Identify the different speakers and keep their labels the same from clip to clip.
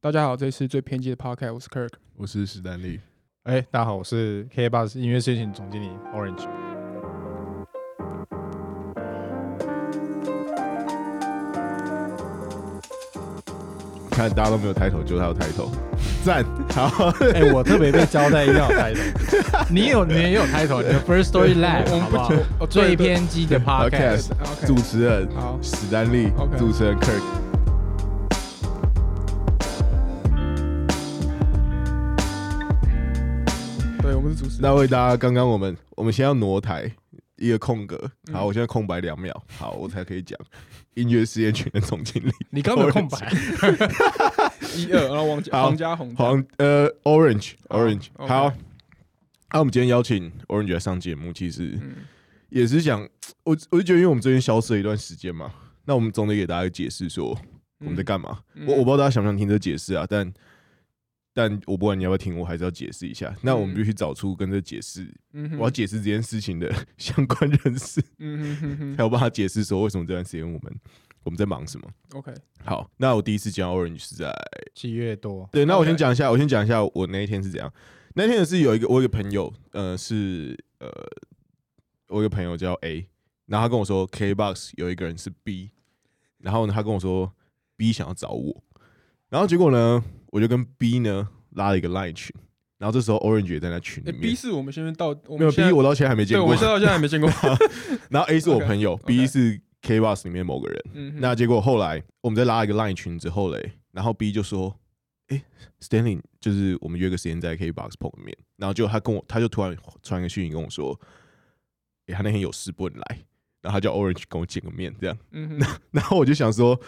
Speaker 1: 大家好，这是最偏激的 Podcast，我是 Kirk。
Speaker 2: 我是史丹利。
Speaker 3: 哎、大家好，我是 K Bus 音乐事情总经理 Orange。
Speaker 2: 看大家都没有抬头，就他有抬头， 赞。好，
Speaker 3: 哎、我特别被交代一定要有 title，
Speaker 4: 你有你也有 title，你的 First Story Lab 好
Speaker 1: 我
Speaker 4: 不
Speaker 1: 们不
Speaker 4: 好？
Speaker 1: 哦，
Speaker 4: 最
Speaker 1: 对
Speaker 4: 偏激的 podcast，
Speaker 1: 对 OK，
Speaker 2: 主持人
Speaker 1: 好，
Speaker 2: 史丹利
Speaker 1: OK
Speaker 2: 主持人 Kirk。
Speaker 1: 对，我们是主持人。
Speaker 2: 那为大家，刚刚我们我们先要挪台一个空格，好，
Speaker 1: 嗯
Speaker 2: 我现在空白两秒，好，我才可以讲音乐事业群的总经理
Speaker 4: 你刚刚有空白，
Speaker 1: 一二，然后王家
Speaker 2: 好
Speaker 1: 王家红，
Speaker 2: 黄呃 Orange Orange
Speaker 1: 好
Speaker 2: 好
Speaker 1: OK。
Speaker 2: 那、我们今天邀请 Orange 来上节目，其实
Speaker 1: 嗯，
Speaker 2: 也是想，我我就觉得，因为我们最近消失了一段时间嘛，那我们总得给大家解释说我们在干嘛。
Speaker 1: 嗯
Speaker 2: 我我不知道大家想不想听这解释啊，但但我不管你要不要听，我还是要解释一下。那我们
Speaker 1: 嗯
Speaker 2: 必须找出跟这解释，
Speaker 1: 嗯哼
Speaker 2: 我要解释这件事情的 相关人士，
Speaker 1: 嗯哼哼
Speaker 2: 才有办法解释说为什么这段时间我们我们在忙什么。
Speaker 1: 哼，OK，
Speaker 2: 好，嗯那我第一次讲 Orange 是在
Speaker 3: 七月多，
Speaker 2: 对，那我
Speaker 1: OK
Speaker 2: 先讲一下，我先讲一下我那一天是怎样。那天是有一个我有一个朋友，呃，是呃，我有一个朋友叫 A，然后他跟我说 KBox 有一个人是 B，然后呢，他跟我说 B 想要找我，然后结果呢，我就跟 B 呢拉了一个 line 群，然后这时候 Orange 也在那群
Speaker 1: 哎
Speaker 2: 里
Speaker 1: ，B
Speaker 2: 面，
Speaker 1: 是我们现在到我
Speaker 2: 没
Speaker 1: 们
Speaker 2: 有 B
Speaker 1: 现在
Speaker 2: 我到现在还没见
Speaker 1: 对，我
Speaker 2: 过
Speaker 1: 们，现在到现在还没见 过。
Speaker 2: 然后 A 是我
Speaker 1: OK，
Speaker 2: 朋友
Speaker 1: OK
Speaker 2: b 是 KBox 里面某个人。
Speaker 1: 嗯哼，
Speaker 2: 那结果后来我们在拉一个 line 群之后嘞，然后 B 就说：“哎、s t a n l e y 就是我们约个时间在 KBox 碰个面。”然后就他跟我，他就突然传个讯息跟我说：“哎、他那天有事不能来。”然后他叫 Orange 跟我见个面，这样。
Speaker 1: 嗯哼，
Speaker 2: 然后我就想说，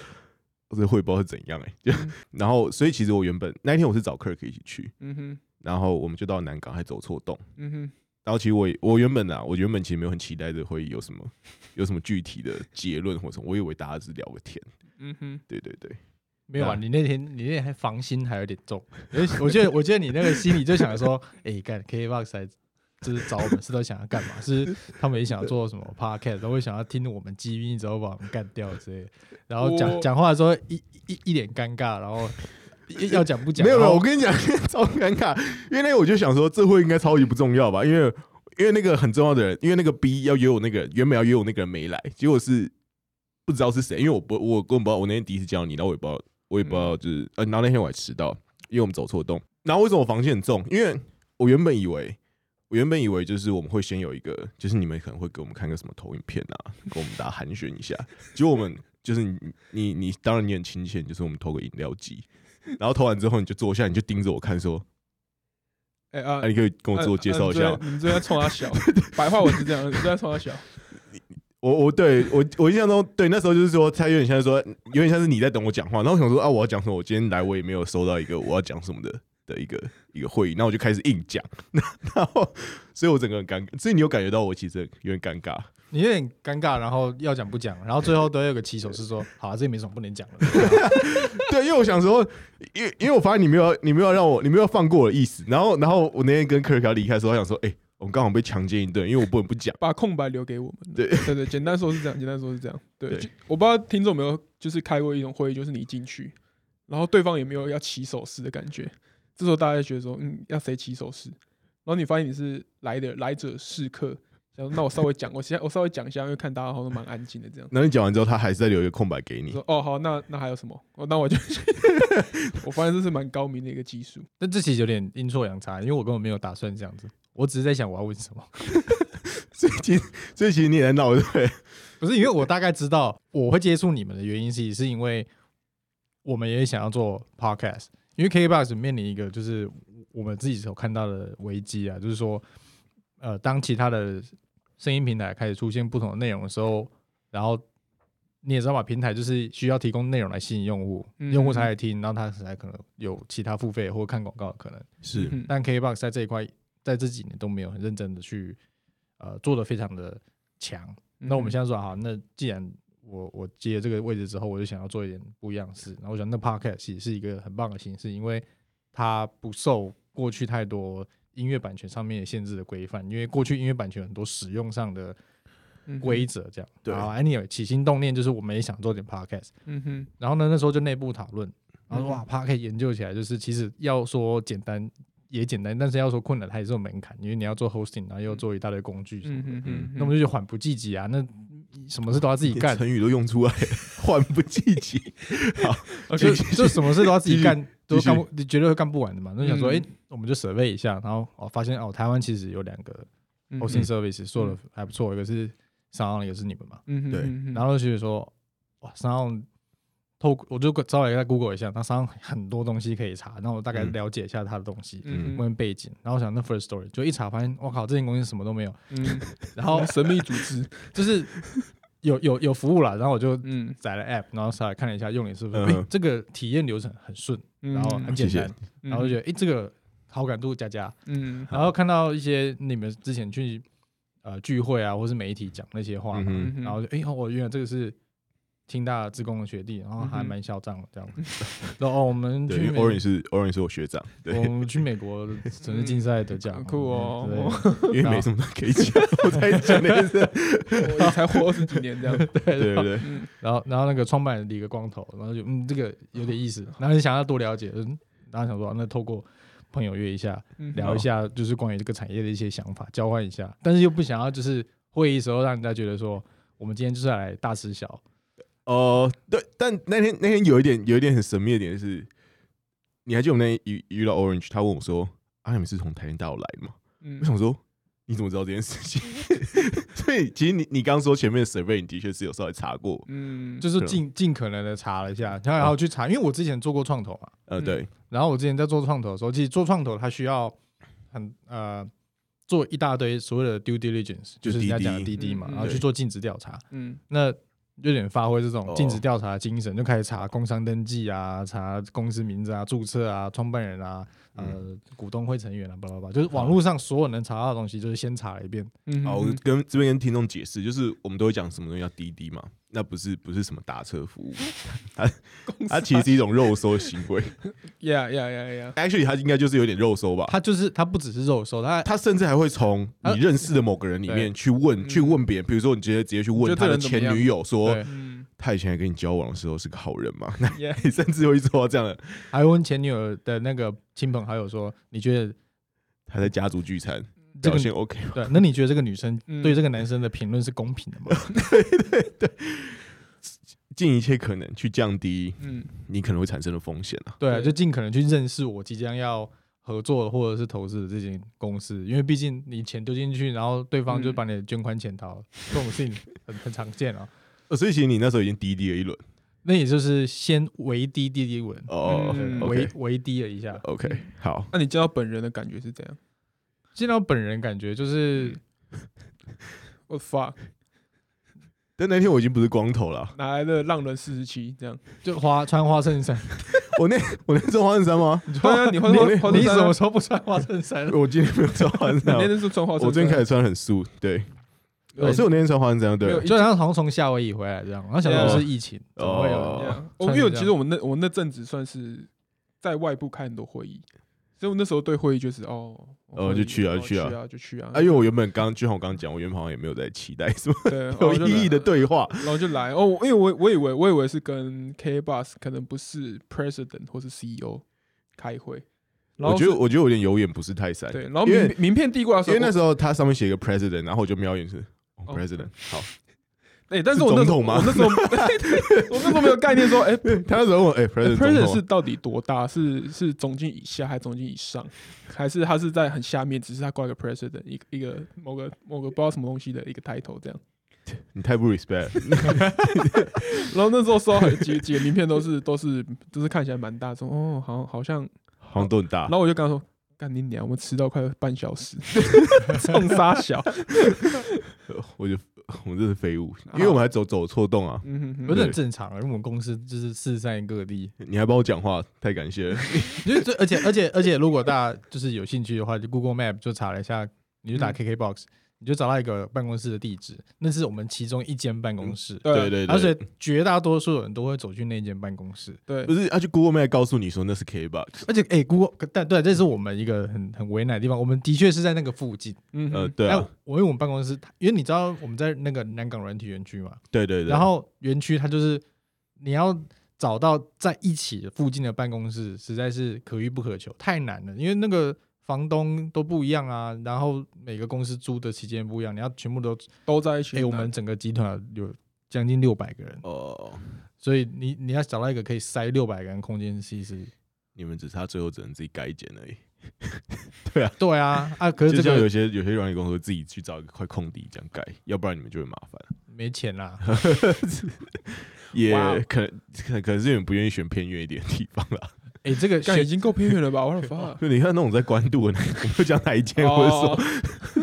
Speaker 2: 这会不知道是怎样哎、就
Speaker 1: 嗯
Speaker 2: 然后所以其实我原本那一天我是找 Kirk 一起去，
Speaker 1: 嗯哼，
Speaker 2: 然后我们就到南港还走错洞。
Speaker 1: 嗯哼，
Speaker 2: 然后其实我也我原本啊，我原本其实没有很期待这会议有什么有什么具体的结论或什么，我以为大家只聊个天。
Speaker 1: 嗯哼，
Speaker 2: 对对对。
Speaker 3: 没有啊？你那天你那天还防心还有点重，因为我觉得我觉得你那个心里就想说，哎、干 K Box 来就是找我们是到底想要干嘛？是他们也想做什么 podcast，都会想要听我们机密之后把我们干掉之类的。然后
Speaker 1: 我
Speaker 3: 讲讲话的时候一一一一脸尴尬，然后一要讲不讲？
Speaker 2: 没有没
Speaker 3: 然
Speaker 2: 有，
Speaker 3: 后
Speaker 2: 我跟你讲， 超尴尬，因为那个我就想说，这会应该超级不重要吧？因为因为那个很重要的人，因为那个 B 要约我那个人，原本要约我那个人没来，结果是不知道是谁，因为我不我根本不知道，我那天第一次见到你，然后我也不知道，我也不知道就是，呃，然后那天我还迟到，因为我们走错洞。然后为什么我防线很重？因为我原本以为。我原本以为就是我们会先有一个，就是你们可能会给我们看个什么投影片啊，给我们大家寒暄一下。结果我们就是你你你，当然你很亲切，就是我们投个饮料机，然后投完之后你就坐下，你就盯着我看说，
Speaker 1: 哎啊
Speaker 2: 那、，你可以跟我自我介绍一下吗。哦
Speaker 1: 嗯你们这边冲他 小，白话文是这样，你们这边冲他小。
Speaker 2: 我我对我我印象中，对那时候就是说，他有点像说，有点像是你在等我讲话。然后我想说啊，我要讲什么？我今天来我也没有收到一个我要讲什么的的一个一个会议，那我就开始硬讲。 然后，所以我整个很尴尬，所以你有感觉到我其实有点尴尬。
Speaker 3: 你有点尴尬，然后要讲不讲，然后最后都有个起手是说，好、啊，这也没什么不能讲了。
Speaker 2: 对，因为我想说，因为因为我发现你没有要你没有要让我你没有要放过我的意思。然后然后我那天跟克尔卡离开的时候，我想说，哎、我们刚好被强奸一顿，因为我不能不讲。
Speaker 1: 把空白留给我们。
Speaker 2: 对
Speaker 1: 对对，简单说是这样，简单说是这样。对，
Speaker 2: 对
Speaker 1: 就我不知道听众有没有就是开过一种会议，就是你进去，然后对方也没有要起手势的感觉，这时候大家就觉得说，嗯，要谁起手势？然后你发现你是来的来者是客，然后那我稍微讲，我现在我稍微讲一下，因为看大家好像都蛮安静的这样。
Speaker 2: 然后你讲完之后，他还是在留一个空白给
Speaker 1: 我
Speaker 2: 你。
Speaker 1: 说哦好，那那还有什么？哦，那我就 我发现这是蛮高明的一个技术。
Speaker 3: 但这其实有点阴错阳差，因为我根本没有打算这样子，我只是在想我要问什么。
Speaker 2: 所以其实所以其实你也在闹对不对？
Speaker 3: 不是因为我大概知道我会接触你们的原因是，是因为我们也想要做 podcast，因为 KBox 面临一个就是我们自己所看到的危机啊，就是说，呃，当其他的声音平台开始出现不同的内容的时候，然后你也知道嘛，平台就是需要提供内容来吸引用户，
Speaker 1: 嗯
Speaker 3: 用户才来听，然后他才可能有其他付费或看广告的可能。
Speaker 2: 是
Speaker 1: 嗯
Speaker 3: 但 KBox 在这一块，在这几年都没有很认真的去，呃，做的非常的强。
Speaker 1: 嗯
Speaker 3: 那我们现在说好，那既然我我接了这个位置之后，我就想要做一点不一样的事。然后我想，那 podcast 其实是一个很棒的形式，因为它不受过去太多音乐版权上面的限制的规范，因为过去音乐版权有很多使用上的
Speaker 1: 嗯哼
Speaker 3: 规，则这样。
Speaker 2: 对
Speaker 3: 好，anyway，起心动念就是我们也想做点 podcast。
Speaker 1: 嗯哼，
Speaker 3: 然后呢，那时候就内部讨论，然
Speaker 1: 嗯
Speaker 3: 后说哇 p a r k 研究起来就是其实要说简单也简单，但是要说困难它也是有门槛，因为你要做 hosting，然后又做一大堆工具什么
Speaker 1: 嗯嗯嗯，
Speaker 3: 那我们就觉得缓不济急啊，那什么事都要自己 干，
Speaker 2: 成语都用出来，换不积极。
Speaker 3: 就
Speaker 1: 就
Speaker 3: 就什么事都要自己干，都
Speaker 2: 继续
Speaker 3: 干不，你绝对会干不完的嘛。那想说，
Speaker 1: 嗯
Speaker 3: 哎，我们就 survey 一下，然后哦，发现哦，台湾其实有两个
Speaker 1: 嗯
Speaker 3: hosting service 做的还不错，一个是 Sound，一个是你们嘛。
Speaker 1: 嗯
Speaker 2: 对
Speaker 3: 然后就觉得说，哇，Sound 透过我就稍微再 Google 一下，那 Sound 很多东西可以查，然后我大概
Speaker 2: 嗯
Speaker 3: 了解一下它的东西。
Speaker 1: 嗯
Speaker 3: 问背景，然后我想那 first story 就一查发现，我靠，这间公司什么都没有，
Speaker 1: 嗯，
Speaker 3: 然后
Speaker 1: 神秘组织，
Speaker 3: 就是有有有服务啦，然后我就
Speaker 1: 嗯，
Speaker 3: 载了 app，然后稍微看了一下用的是不是，
Speaker 2: 嗯
Speaker 3: 哎，这个体验流程很顺，
Speaker 1: 嗯
Speaker 3: 然后很简
Speaker 2: 谢谢
Speaker 3: 单，然后就觉得哎、诶这个好感度加加。
Speaker 1: 嗯
Speaker 3: 然后看到一些你们之前去呃聚会啊，或是媒体讲那些话
Speaker 2: 嗯
Speaker 3: 嘛，
Speaker 2: 哼，
Speaker 1: 嗯，
Speaker 3: 然后就哎、诶哦，我原来这个是清大职工的学弟，然后
Speaker 1: 嗯
Speaker 3: 还
Speaker 1: 哼
Speaker 3: 蛮嚣张的这样。然后、哦、我们
Speaker 2: 对，
Speaker 3: 去
Speaker 2: 因为
Speaker 3: 美
Speaker 2: Orange 是 Orange 是我学长，对，
Speaker 3: 我们去 美国城市竞赛得奖
Speaker 1: 嗯，酷哦
Speaker 3: 嗯之类 的
Speaker 2: 因为没什么可以讲，我才讲那个是，
Speaker 1: 我才活二十几年这样，
Speaker 2: 对对对，
Speaker 1: 嗯
Speaker 3: 然后然后那个创办人理个光头，然后就嗯这个有点意思，然后就想要多了解，嗯，然后想说那透过朋友约一下
Speaker 1: 嗯
Speaker 3: 聊一下，就是关于这个产业的一些想法，交换一下，但是又不想要就是会议时候让人家觉得说我们今天就是来大吃小，
Speaker 2: 哦，对，但那天那天有一点有一点很神秘的点是，你还记得我们那天遇遇到 Orange，他问我说：“啊，你们是从台湾大陆来的吗？”
Speaker 1: 嗯
Speaker 2: 我想说，你怎么知道这件事情？ 所以其实你你刚刚说前面的 survey，你的确是有稍微查过，
Speaker 1: 嗯，
Speaker 3: 就是尽尽可能的查了一下，然后然后去查，因为我之前做过创投嘛，
Speaker 2: 呃，
Speaker 1: 嗯
Speaker 2: 对，
Speaker 3: 然后我之前在做创投的时候，其实做创投它需要很呃做一大堆所谓的 due diligence，就
Speaker 2: 就是
Speaker 3: 人家讲的滴
Speaker 1: DD
Speaker 3: 滴嘛，
Speaker 1: 嗯嗯
Speaker 3: 然后去做尽职调查，
Speaker 1: 嗯
Speaker 3: 那有点发挥这种
Speaker 2: 哦
Speaker 3: 尽职调查的精神，就开始查工商登记啊，查公司名字啊、注册啊、创办人啊、呃、
Speaker 2: 嗯
Speaker 3: 股东会成员啊，巴拉巴拉，就是网络上所有能查到的东西，就是先查了一遍。
Speaker 1: 嗯，
Speaker 2: 好，我跟这边跟听众解释，就是我们都会讲什么东西叫滴滴嘛，那不是不是什么打车服务， 它其实是一种肉搜行为
Speaker 1: ，yeah yeah yeah yeah，
Speaker 2: ，actually 它应该就是有点肉搜吧。
Speaker 3: 他就是他不只是肉搜，他
Speaker 2: 它甚至还会从
Speaker 3: 它
Speaker 2: 你认识的某个人里面去问、
Speaker 1: 嗯
Speaker 2: 去问别人，比如说你直接直接去
Speaker 1: 觉
Speaker 2: 问
Speaker 1: 得这
Speaker 2: 他的
Speaker 1: 人怎么
Speaker 2: 前
Speaker 1: 样
Speaker 2: 女友说
Speaker 3: 对，
Speaker 1: 嗯
Speaker 2: 他以前跟你交往的时候是个好人 嘛，那
Speaker 1: yeah，
Speaker 2: 你甚至会做到这样的，
Speaker 3: 还问前女友的那个亲朋好友说，你觉得
Speaker 2: 他在家族聚餐
Speaker 3: 这
Speaker 2: 表
Speaker 3: 个
Speaker 2: 现 OK，
Speaker 3: 对？那你觉得这个女生
Speaker 1: 嗯
Speaker 3: 对这个男生的评论是公平的吗？
Speaker 2: 尽一切可能去降低
Speaker 1: 嗯
Speaker 2: 你可能会产生的风险啊。
Speaker 3: 对啊，
Speaker 1: 对
Speaker 3: 就尽可能去认识我即将要合作或者是投资的这间公司，因为毕竟你钱丢进去，然后对方就
Speaker 1: 嗯
Speaker 3: 把你的捐款潜逃，这种事情很很常见啊。
Speaker 2: 呃所以其实你那时候已经滴滴了一轮
Speaker 3: 那也就是先围低滴滴文，
Speaker 2: 哦
Speaker 1: 嗯
Speaker 3: 围
Speaker 2: OK
Speaker 3: 围低了一下。
Speaker 2: OK 好，
Speaker 1: 那你见到本人的感觉是怎样
Speaker 3: 见到本人感觉就是
Speaker 1: 嗯？What？Oh fuck，
Speaker 2: 但那天我已经不是光头了啊，
Speaker 1: 哪来的浪人四十七这样？
Speaker 3: 就花穿花衬衫，
Speaker 2: 我那我那穿花衬衫吗？
Speaker 1: 对啊，你换换换
Speaker 3: 你什么时候不穿花衬衫啊 了？
Speaker 2: 我今天没有穿花衬
Speaker 1: 你
Speaker 2: 衫
Speaker 1: 那
Speaker 2: 啊，
Speaker 1: 天是穿花
Speaker 2: 我最近开始穿很素，对，我是我那天穿花衬衫，
Speaker 1: 没有
Speaker 2: 对
Speaker 1: 一，
Speaker 3: 就好像好像从夏威夷回来这样，然后想到是疫情，怎么会有
Speaker 2: 哦
Speaker 3: 人？
Speaker 1: 我
Speaker 3: 穿
Speaker 1: 因
Speaker 3: 成
Speaker 1: 为
Speaker 3: 这
Speaker 1: 其实
Speaker 3: 样
Speaker 1: 我们那我们那阵子算是在外部开很多会议，所以我那时候对会议就是哦，
Speaker 2: 哦
Speaker 1: 会
Speaker 2: 就
Speaker 1: 议
Speaker 2: 去啊
Speaker 1: 哦
Speaker 2: 就去
Speaker 1: 去
Speaker 2: 啊
Speaker 1: 啊，就去啊
Speaker 2: 啊，因为我原本刚就像我刚刚讲，我原本好像也没有在期待什么
Speaker 1: 对
Speaker 2: 有意义的，
Speaker 1: 哦
Speaker 2: 对话，
Speaker 1: 就来然后就来哦，因为我我以为我以为是跟 K Bus 可能不是 President 或是 CEO 开会，然
Speaker 2: 我
Speaker 1: 后
Speaker 2: 觉得
Speaker 1: 是
Speaker 2: 我觉得我有点有眼不识泰山，
Speaker 1: 对，然后
Speaker 2: 因为
Speaker 1: 名名片递过来的时
Speaker 2: 因
Speaker 1: 候，
Speaker 2: 为那
Speaker 1: 我
Speaker 2: 时候它上面写一个 president，然后我就瞄一眼是哦
Speaker 1: 哦
Speaker 2: president，好，
Speaker 1: 哎，但是
Speaker 2: 是
Speaker 1: 我那时候
Speaker 2: 总统吗
Speaker 1: 我那时候 我那时候没有概念说哎。
Speaker 2: 他那时候问哎 president 总
Speaker 1: President
Speaker 2: 统
Speaker 1: 是
Speaker 2: 吗
Speaker 1: 到底多大？是是总经以下，还是总经以上，还是他是在很下面？只是他挂一个 President，一个一个某个某个不知道什么东西的一个 title 这样。
Speaker 2: 你太不 respect，了
Speaker 1: 然后那时候收到很几几个名片都是都是都是看起来蛮大众哦，好好像。
Speaker 2: 好像都很大
Speaker 1: 然，后我就跟他说：“干你娘！我们迟到快半小时，冲杀小。
Speaker 2: 我就我真是废物，因为我们还走走错洞啊”，
Speaker 1: 嗯哼哼，
Speaker 3: 不是很正常啊，因为我们公司就是四散各地，
Speaker 2: 你还帮我讲话，太感谢了，
Speaker 3: 因为这而且而且而且，如果大家就是有兴趣的话，就 Google Map 就查了一下，你就打
Speaker 1: 嗯
Speaker 3: KKBox，、你就找到一个办公室的地址，那是我们其中一间办公室。
Speaker 1: 对啊
Speaker 2: 对对
Speaker 3: 而且
Speaker 2: 嗯对，
Speaker 3: 绝大多数人都会走去那间办公室，
Speaker 1: 对
Speaker 2: 不，是他去 Google Map 告诉你说那是 K box。
Speaker 3: 而且哎、g o o g l e 但对，这是我们一个很很为难的地方。我们的确是在那个附近，
Speaker 1: 嗯
Speaker 2: 呃，
Speaker 1: 哼，
Speaker 2: 对
Speaker 3: 但
Speaker 2: 啊，
Speaker 3: 我因为我们办公室，因为你知道我们在那个南港软体园区嘛，
Speaker 2: 对对对。
Speaker 3: 然后园区它就是你要找到在一起附近的办公室，实在是可遇不可求，太难了。因为那个房东都不一样啊，然后每个公司租的期间不一样，你要全部都
Speaker 1: 都在一起
Speaker 3: 哎、
Speaker 1: 很
Speaker 3: 我
Speaker 1: 难。
Speaker 3: 们整个集团有将近六百个人，
Speaker 2: 哦，
Speaker 3: 所以你你要找到一个可以塞六百个人空间，其实
Speaker 2: 你们只差最后只能自己改一间而已。
Speaker 3: 对啊啊，可是
Speaker 2: 就
Speaker 3: 这
Speaker 2: 像有
Speaker 3: 个
Speaker 2: 些有些软体公司会自己去找一块空地这样盖，要不然你们就会麻烦。
Speaker 3: 没钱啦，
Speaker 2: 也
Speaker 1: 哇哦
Speaker 2: 可能可能可能是你们不愿意选偏远一点的地方啦。
Speaker 3: 哎、这个
Speaker 1: 干已
Speaker 3: 选
Speaker 1: 经够偏远了吧？我的妈！
Speaker 2: 就你看那种在关渡的那个，我不讲哪一间， 我就
Speaker 1: 哦
Speaker 2: 说，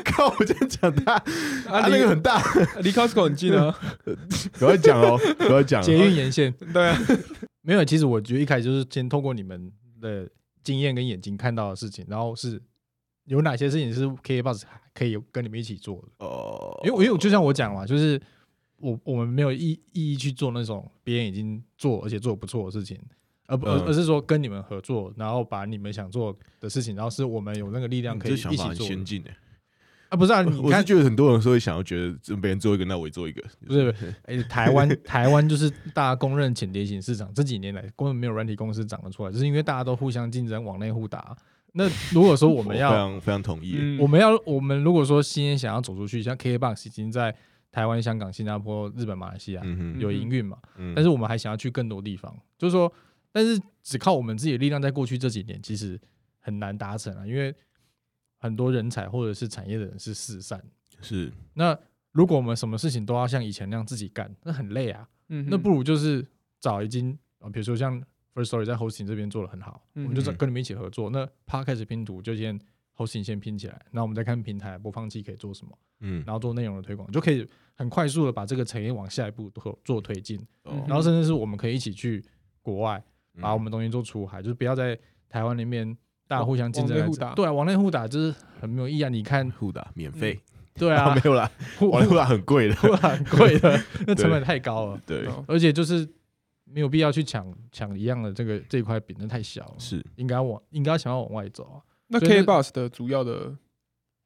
Speaker 2: 靠，我这样讲他，
Speaker 1: 啊，
Speaker 2: 他那
Speaker 1: 离
Speaker 2: 个很 大，
Speaker 1: 离 Costco 很近啊。
Speaker 2: 赶快讲哦，赶快讲哦。
Speaker 3: 捷运沿线
Speaker 1: 对啊，
Speaker 3: 没有，其实我觉得一开始就是先透过你们的经验跟眼睛看到的事情，然后是有哪些事情是 K Bus 可以跟你们一起做的。
Speaker 2: 哦，
Speaker 3: 因为因为就像我讲嘛，就是我我们没有意意义去做那种别人已经做而且做得不错的事情，而不而、
Speaker 2: 嗯
Speaker 3: 而是说跟你们合作，然后把你们想做的事情，然后是我们有那个力量可以
Speaker 2: 这
Speaker 3: 一
Speaker 2: 想
Speaker 3: 起
Speaker 2: 法很
Speaker 3: 做
Speaker 2: 先
Speaker 3: 的
Speaker 2: 进诶。
Speaker 3: 啊，不是 啊，
Speaker 2: 我
Speaker 3: 你
Speaker 2: 我是
Speaker 3: 看。
Speaker 2: 觉得很多人说会想要觉得这别人做一个，那我也做一个。
Speaker 3: 不是，哎、台湾 台湾就是大家公认潜跌型市场，这几年来根本没有软体公司长得出来，就是因为大家都互相竞争，往内互打。那如果说我
Speaker 2: 我
Speaker 3: 们
Speaker 2: 非
Speaker 3: 要
Speaker 2: 常非常同意。
Speaker 1: 嗯
Speaker 3: 我们要我们如果说今天想要走出去，像 KBox 已经在台湾、香港、新加坡、日本、马来西亚
Speaker 2: 嗯
Speaker 3: 有营运嘛，
Speaker 2: 哼，
Speaker 3: 但
Speaker 2: 是
Speaker 3: 是我们还想要去更多地方，就是说，但是只靠我们自己的力量，在过去这几年其实很难达成啊，因为很多人才或者是产业的人是四散。
Speaker 2: 是
Speaker 3: 那如果我们什么事情都要像以前那样自己干，那很累啊。
Speaker 1: 嗯哼，
Speaker 3: 那不如就是找已经，呃比如说像 First Story 在 Hosting 这边做的很好，我
Speaker 1: 嗯
Speaker 3: 们就找
Speaker 2: 嗯
Speaker 3: 跟你们一起合作。那 Podcast 拼图就先 Hosting 先拼起来，那我们再看平台播放器可以做什么，
Speaker 2: 嗯，
Speaker 3: 然后做内容的推广，就可以很快速的把这个产业往下一步做做推进。
Speaker 1: 嗯
Speaker 3: 然后甚至是我们可以一起去国外，
Speaker 2: 哦嗯
Speaker 3: 把我们东西做出海，就是不要在台湾那边大家
Speaker 1: 往
Speaker 3: 互相竞争
Speaker 1: 往
Speaker 3: 来
Speaker 1: 内互
Speaker 3: 争
Speaker 1: 打
Speaker 3: 对啊，往内互打就是很没有意义啊。你看，
Speaker 2: 互打免费，
Speaker 3: 对
Speaker 2: 啊
Speaker 3: 啊
Speaker 2: 没，有啦，
Speaker 3: 互
Speaker 2: 网络互打很贵 的。
Speaker 3: 互打很贵的， 那成本太高了，
Speaker 2: 对，
Speaker 1: 哦
Speaker 3: 而且就是没有必要去抢抢一样的这个这块饼，那太小了，
Speaker 2: 是
Speaker 3: 应该往应该想要往外走啊。
Speaker 1: 那
Speaker 3: 所以
Speaker 1: K
Speaker 3: 那
Speaker 1: Bus 的主要的，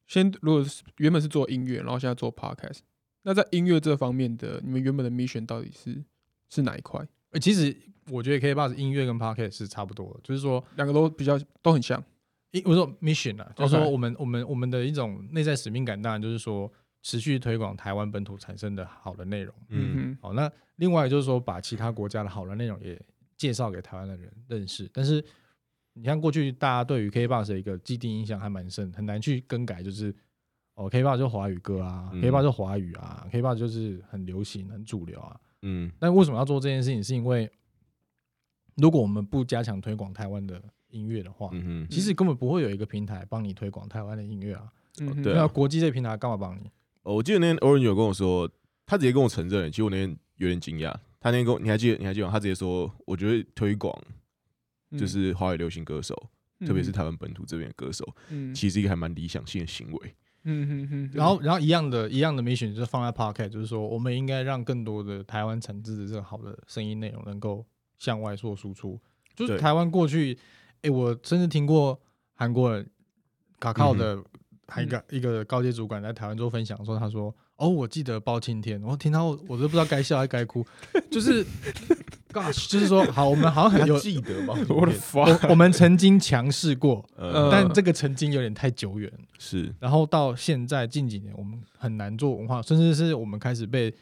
Speaker 1: 先如果是原本是做音乐，然后现在做 Podcast，那在音乐这方面的，你们原本的 mission 到底是是哪一块？
Speaker 3: 呃其实我觉得 K Box 音乐跟 Pocket 是差不多的，就是说
Speaker 1: 两个都比较都很像，
Speaker 3: 一我说 mission 啊，就是说
Speaker 1: OK
Speaker 3: 我们我们我们的一种内在使命感，当然就是说持续推广台湾本土产生的好的内容。
Speaker 2: 嗯
Speaker 1: 嗯
Speaker 3: 好，那另外就是说把其他国家的好的内容也介绍给台湾的人认识。但是你看过去大家对于 KBox 的一个既定印象还蛮深，很难去更改，就是。哦，K-pop 就华语歌啊、
Speaker 2: 嗯
Speaker 3: k p o p 就华语啊，K-pop 就是很流行、很主流啊。
Speaker 2: 嗯
Speaker 3: 但为什么要做这件事情？是因为如果我们不加强推广台湾的音乐的话，
Speaker 2: 嗯哼，
Speaker 3: 其实根本不会有一个平台帮你推广台湾的音乐啊。
Speaker 1: 嗯哼，
Speaker 2: 对啊
Speaker 3: 那国际这平台干嘛帮你？
Speaker 2: 哦，我记得那天 Orange 有跟我说，他直接跟我承认，其实我那天有点惊讶。他那天跟我，你还记得？你还记得吗？他直接说，我觉得推广
Speaker 1: 嗯
Speaker 2: 就是华语流行歌手，特别是，台湾本土这边的歌手，
Speaker 1: 嗯
Speaker 2: 其实是一个还蛮理想性的行为。
Speaker 1: 嗯哼哼，
Speaker 3: 然后，然后一样的，一样的 mission 就是放在 Pocket，就是说我们应该让更多的台湾产制的这个好的声音内容能够向外做输出。就是
Speaker 2: 对
Speaker 3: 台湾过去，诶，我甚至听过韩国人
Speaker 2: 嗯
Speaker 3: 卡靠的还一个、一个高阶主管在台湾做分享说，他说：“哦，我记得包青天，我听到我都不知道该笑还该哭，就是 gosh，就是说，好，我们好像很有，
Speaker 2: 记得吗？
Speaker 1: 我的 fuck，
Speaker 3: 我我们曾经强势过，
Speaker 2: 呃，
Speaker 3: 但这个曾经有点太久远。”
Speaker 2: 是
Speaker 3: 然后到现在近几年，我们很难做文化，甚至是我们开始被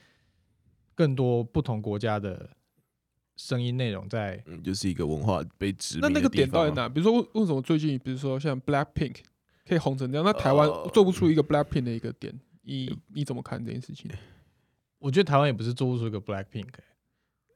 Speaker 3: 更多不同国家的声音内容在
Speaker 2: 嗯，就是一个文化被殖民
Speaker 1: 那
Speaker 2: 的
Speaker 1: 那个点
Speaker 2: 地方
Speaker 1: 到
Speaker 2: 啊
Speaker 1: 底
Speaker 2: 嘛？
Speaker 1: 哪？比如说为为什么最近，比如说像 Black Pink 可以红成这样，那台湾
Speaker 2: 呃
Speaker 1: 做不出一个 Black Pink 的一个点，你你怎么看这件事情？
Speaker 3: 我觉得台湾也不是做不出一个 Black Pink，、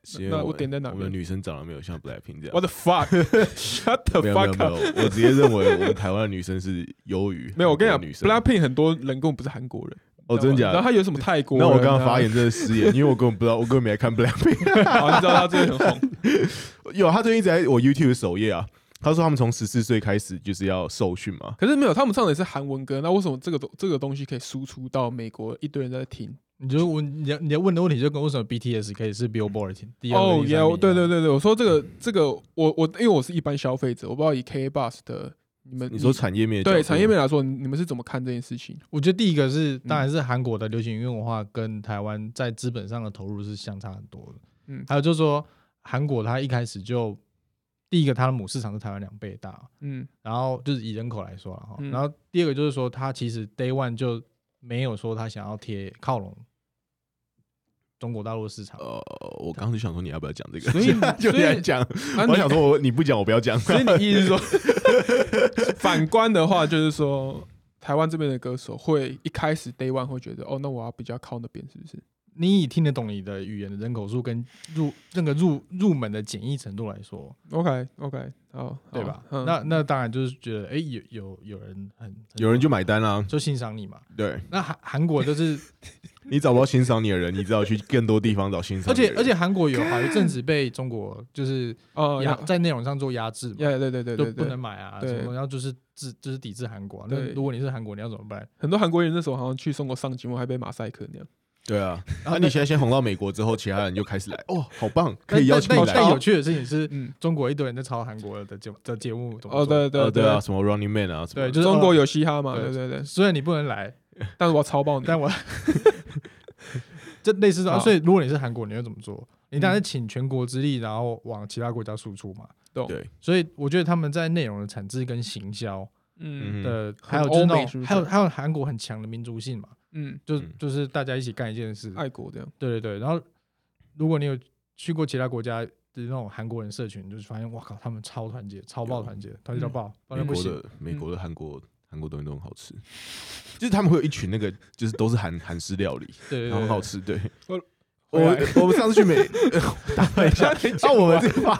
Speaker 2: 是因
Speaker 1: 那
Speaker 2: 为
Speaker 1: 我点在哪
Speaker 2: 我们
Speaker 1: 边
Speaker 2: 女生长得没有像 Blackpink 这样。
Speaker 1: 我的 fuck，shut
Speaker 2: 没
Speaker 1: the
Speaker 2: 有没有
Speaker 1: fuck
Speaker 2: 没
Speaker 1: up！
Speaker 2: 有，我直接认为我们台湾的女生是优于
Speaker 1: 没有，我跟你讲
Speaker 2: 韩国女生。
Speaker 1: ，Blackpink 很多人根本不是韩国人。
Speaker 2: 哦，真的假
Speaker 1: 然后
Speaker 2: 的？
Speaker 1: 他有什么泰国人
Speaker 2: 那
Speaker 1: 啊？
Speaker 2: 我刚刚 发言真的失言，因为我根本不知道，我根本没来看 Blackpink。
Speaker 1: 好，哦你知道他最近很红，
Speaker 2: 有，他最近一直在我 YouTube 首页啊。他说他们从十四岁开始就是要受训嘛。
Speaker 1: 可是没有，他们唱的也是韩文歌，那为什么这个东这个东西可以输出到美国一堆人在听？
Speaker 3: 你就问你要你要问的问题就跟为什么 BTS 可以是 Billboard 第二
Speaker 1: 哦
Speaker 3: 名、
Speaker 1: 耶
Speaker 3: 第三名一样，
Speaker 1: 对对对对，我说这个这个，我我因为我是一般消费者，我不知道以 K Bus 的你们
Speaker 2: 你说产业面的角
Speaker 1: 对
Speaker 2: 度
Speaker 1: 产业面来说，你你们是怎么看这件事情？
Speaker 3: 我觉得第一个是当然是韩国的流行音乐文化跟台湾在资本上的投入是相差很多的，
Speaker 1: 嗯
Speaker 3: 还有就是说韩国它一开始就第一个它的母市场是台湾两倍大，
Speaker 1: 嗯
Speaker 3: 然后就是以人口来说了哈，
Speaker 1: 嗯
Speaker 3: 然后第二个就是说，他其实 Day One 就没有说他想要贴靠拢中国大陆市场，
Speaker 2: 呃，我刚刚就想说你要不要讲这个，
Speaker 1: 所以 所
Speaker 2: 就
Speaker 1: 以
Speaker 2: 你要讲，
Speaker 1: 啊
Speaker 2: 我
Speaker 1: 你
Speaker 2: 想说我你不讲我不要讲，
Speaker 1: 所以你意思是说，反观的话，就是说台湾这边的歌手会一开始 day one 会觉得，哦，那我要比较靠那边，是不是？
Speaker 3: 你以听得懂你的语言的人口数跟入那个入入门的简易程度来说，
Speaker 1: OK OK，好，
Speaker 3: 对
Speaker 1: 好
Speaker 3: 吧？
Speaker 1: 嗯、
Speaker 3: 那那当然就是觉得，哎、有有有人很
Speaker 2: 有人就买单啦、啊
Speaker 3: 就欣赏你嘛。
Speaker 2: 对
Speaker 3: 那韩韩国 就是，
Speaker 2: 你找不到欣赏你的人，你只好去更多地方找欣赏
Speaker 3: 而
Speaker 2: 你的
Speaker 3: 且
Speaker 2: 人。
Speaker 3: 而且韩国有好一阵子被中国就是
Speaker 1: 哦，
Speaker 3: 压
Speaker 1: 呀
Speaker 3: 在内容上做压制嘛，
Speaker 1: 呀，对对对
Speaker 3: 就
Speaker 1: 对
Speaker 3: 不
Speaker 1: 对
Speaker 3: 能，买啊，
Speaker 1: 对
Speaker 3: 什么然后就是制就是抵制韩国啊、那
Speaker 1: 对
Speaker 3: 如果你是韩国，你要怎么办？
Speaker 1: 很多韩国人那时候好像去中国上节目，还被马赛克那样。
Speaker 2: 对啊，
Speaker 3: 然
Speaker 2: 那、
Speaker 3: 后
Speaker 2: 你现在先红到美国之后，其他人就开始来，哦，好棒，可以
Speaker 3: 但
Speaker 2: 邀请
Speaker 3: 但
Speaker 2: 你
Speaker 3: 但
Speaker 2: 来。
Speaker 3: 但有
Speaker 2: 哦
Speaker 3: 趣的事情是，
Speaker 1: 嗯，
Speaker 3: 中国一堆人在抄韩国的节的节目怎么
Speaker 1: 哦，
Speaker 3: 做
Speaker 1: 对对
Speaker 2: 对啊，，什么 Running Man 啊，什么
Speaker 3: 对，就是
Speaker 1: 中
Speaker 3: 哦
Speaker 1: 国有嘻哈嘛，
Speaker 3: 对
Speaker 1: 对对对，
Speaker 3: 虽然你不 能来，
Speaker 1: 但是我要超爆你。
Speaker 3: 但我这类似的、啊，
Speaker 1: 好
Speaker 3: 所以如果你是韩国，你会怎么做？你
Speaker 2: 嗯
Speaker 3: 当然是请全国之力，然后往其他国家输出嘛。
Speaker 1: 懂
Speaker 2: 对，
Speaker 3: 所以我觉得他们在内容的产制跟行销
Speaker 1: 嗯
Speaker 2: 嗯
Speaker 3: 的，
Speaker 1: 很
Speaker 3: 还有就是那
Speaker 1: 欧美是
Speaker 3: 种，
Speaker 1: 不是
Speaker 3: 还有还有韩国很强的民族性嘛，
Speaker 1: 嗯，
Speaker 3: 就
Speaker 2: 嗯
Speaker 3: 就是大家一起干一件事，
Speaker 1: 爱国这样。
Speaker 3: 对对对。然后如果你有去过其他国家的那种韩国人社群，你就是发现哇靠，他们超团结，超爆团结，团结到
Speaker 1: 嗯
Speaker 3: 爆，团
Speaker 2: 美
Speaker 3: 结不
Speaker 2: 国
Speaker 3: 行。
Speaker 2: 的美国的韩国韩国东西都很好吃， 就是他们会有一群那个就是都是韩韩式料理，
Speaker 3: 对对
Speaker 2: 然
Speaker 3: 对，
Speaker 2: 后很好吃。对
Speaker 1: 我
Speaker 2: 我我们上次去美， 打断一下，啊，我们这个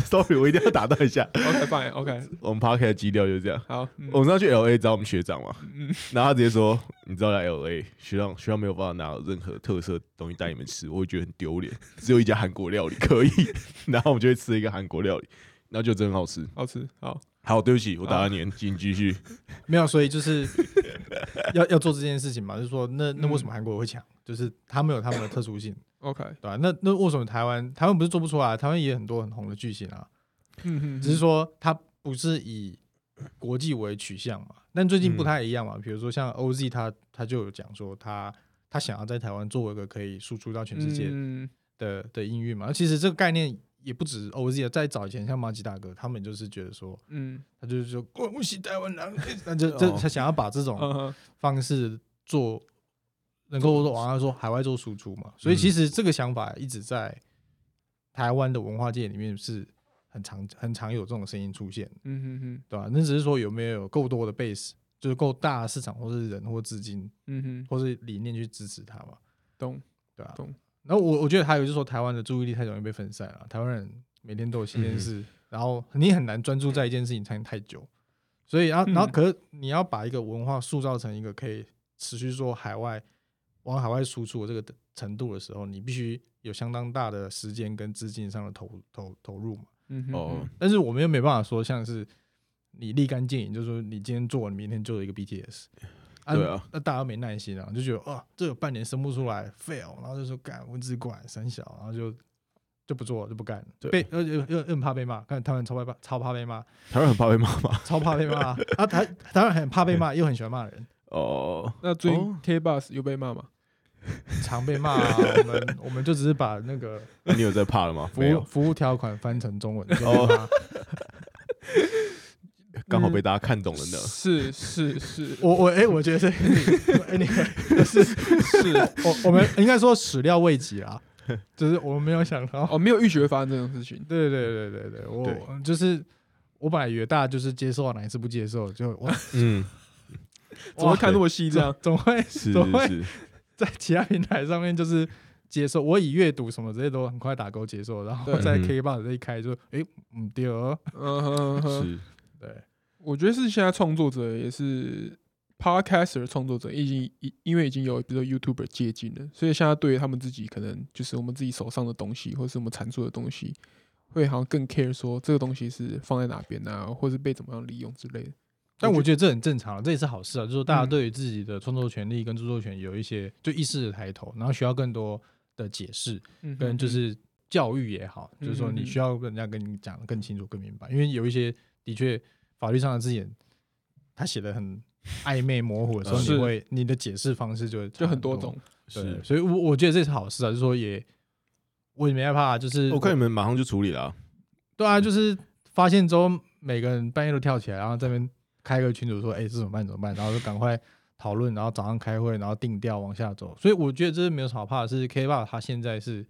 Speaker 2: sorry，我一定要打断一下，
Speaker 1: OK fine OK，
Speaker 3: 嗯
Speaker 2: 我们 p a r k 的基调就是这样。
Speaker 1: 好，嗯
Speaker 2: 我们上次去 L A 找我们学长嘛，
Speaker 1: 嗯
Speaker 2: 然后他直接说：“你知道来 L A 学长学长没有办法拿任何特色东西带你们吃，我会觉得很丢脸。只有一家韩国料理可以， 然后我们就会吃一个韩国料理，然后就真好吃。
Speaker 1: 好吃好，
Speaker 2: 好，对不起，我打断你了，请继续。
Speaker 3: 没有，所以就是要 要做这件事情嘛，就是说，那那为什么韩国会
Speaker 1: 嗯
Speaker 3: 强？就是他们有他们的特殊性，
Speaker 1: OK，
Speaker 3: 对吧、那那为什么台湾台湾不是做不出来？台湾也很多很红的巨星啊，
Speaker 1: 嗯嗯，
Speaker 3: 只是说它不是以国际为取向嘛。但最近不太一样
Speaker 1: 嗯
Speaker 3: 嘛，比如说像 OZ 他他就有讲说他他想要在台湾做一个可以输出到全世界
Speaker 1: 嗯
Speaker 3: 的、的音乐嘛。其实这个概念也不止 OZ，啊在早以前像马吉大哥他们就是觉得说，
Speaker 1: 嗯
Speaker 3: 他就是说恭喜台湾人，那就就
Speaker 2: 哦
Speaker 3: 他想要把这种。
Speaker 1: 嗯哼
Speaker 3: 方式做，能够说往上说海外做输出嘛。所以其实这个想法一直在台湾的文化界里面是很常很常有这种声音出现，
Speaker 1: 嗯哼哼
Speaker 3: 对吧、那只是说有没有够多的 base，就是够大的市场或是人或资金
Speaker 1: 嗯哼，
Speaker 3: 或是理念去支持它嘛，
Speaker 1: 懂
Speaker 3: 对吧、
Speaker 1: 懂
Speaker 3: 然后我我觉得还有就是说，台湾的注意力太容易被分散了，台湾人每天都有
Speaker 2: 嗯
Speaker 3: 新件事，然后你很难专注在一件事情上太久，所以啊然后、然后
Speaker 1: 嗯
Speaker 3: 可是你要把一个文化塑造成一个可以持续说海外往海外输出的这个程度的时候，你必须有相当大的时间跟资金上的投投投入嘛。
Speaker 1: 嗯哼
Speaker 2: 哦，
Speaker 3: 但是我们又没办法说像是你立竿见影，就是说你今天做，你明天就有一个 BTS。
Speaker 2: 对啊，
Speaker 3: 那大家没耐心啊，就觉得啊，这个半年生不出来，fail，然后就说干文字管三小，然后就就不做了，就不干了，
Speaker 2: 对
Speaker 3: 被又又又又很怕被骂，看他们超怕被超怕被骂，
Speaker 2: 台湾很怕被骂 吗？
Speaker 3: 超怕被骂啊！台台湾很怕被骂，又很喜欢骂人，
Speaker 2: 哦，
Speaker 1: 那最近
Speaker 2: 哦
Speaker 1: K Bus 有被骂吗？
Speaker 3: 常被骂、啊。我们 我们就只是把那个
Speaker 2: 那 你有在怕了吗？
Speaker 3: 服
Speaker 2: 没
Speaker 3: 务
Speaker 2: 有，哦
Speaker 3: 服务条款翻成中文，就被骂
Speaker 2: 刚好被大家看懂了呢。哦
Speaker 1: 是是 是
Speaker 3: 我我哎、我觉得这 anyway 就是
Speaker 1: 是，
Speaker 3: 我我们应该说始料未及啦，就是我们没有想到。
Speaker 1: 哦，没有预觉发生这种事情。
Speaker 3: 对对对对对，
Speaker 2: 对
Speaker 3: 我就是我本来以为大家就是接受哪一次不接受，就哇，
Speaker 2: 嗯，
Speaker 1: 怎么会看那么细这 样？
Speaker 3: 总会
Speaker 2: 是
Speaker 3: 总
Speaker 2: 是
Speaker 3: 会
Speaker 2: 是，
Speaker 3: 在其他平台上面就是接受。我以阅读什么这些都很快打勾接受，然后
Speaker 1: 对
Speaker 3: 在
Speaker 2: 嗯
Speaker 3: K box 这一开就哎，嗯对哦，
Speaker 1: 嗯哼嗯哼，
Speaker 2: 是
Speaker 3: 对，
Speaker 1: 我觉得是现在创作者也是 podcaster 创作者已经因因为已经有比如说 YouTuber 接近了，所以现在对于他们自己可能就是我们自己手上的东西，或是我们阐述的东西，会好像更 care 说这个东西是放在哪边啊，或是被怎么样利用之类的。
Speaker 3: 但我
Speaker 1: 我
Speaker 3: 觉得这很正常，这也是好事啊，就是说大家
Speaker 1: 嗯
Speaker 3: 对于自己的创作权利跟著作权有一些就意识的抬头，然后需要更多的解释。
Speaker 1: 嗯哼
Speaker 3: 跟就，是教育也好，
Speaker 1: 嗯
Speaker 3: 就是说你需要人家跟你讲的更清楚、更明白，因为有一些的确法律上的字眼，他写的很暧昧、模糊的时
Speaker 2: 嗯
Speaker 3: 候，
Speaker 1: 呃是
Speaker 3: 你会你的解释方式就会
Speaker 1: 就
Speaker 3: 差
Speaker 1: 很
Speaker 3: 很
Speaker 1: 多种。
Speaker 3: 对，
Speaker 2: 是，
Speaker 3: 所以我我觉得这是好事啊，就是说也我也没害怕，就是
Speaker 2: 我看你们马上就处理了啊、
Speaker 3: 对啊，就是发现之后，每个人半夜都跳起来，然后这边开个群组说：“哎、这怎么办？怎么办？”然后就赶快讨论，然后早上开会，然后定调往下走。所以我觉得这是没有什么好怕的，是 K 爸他现在是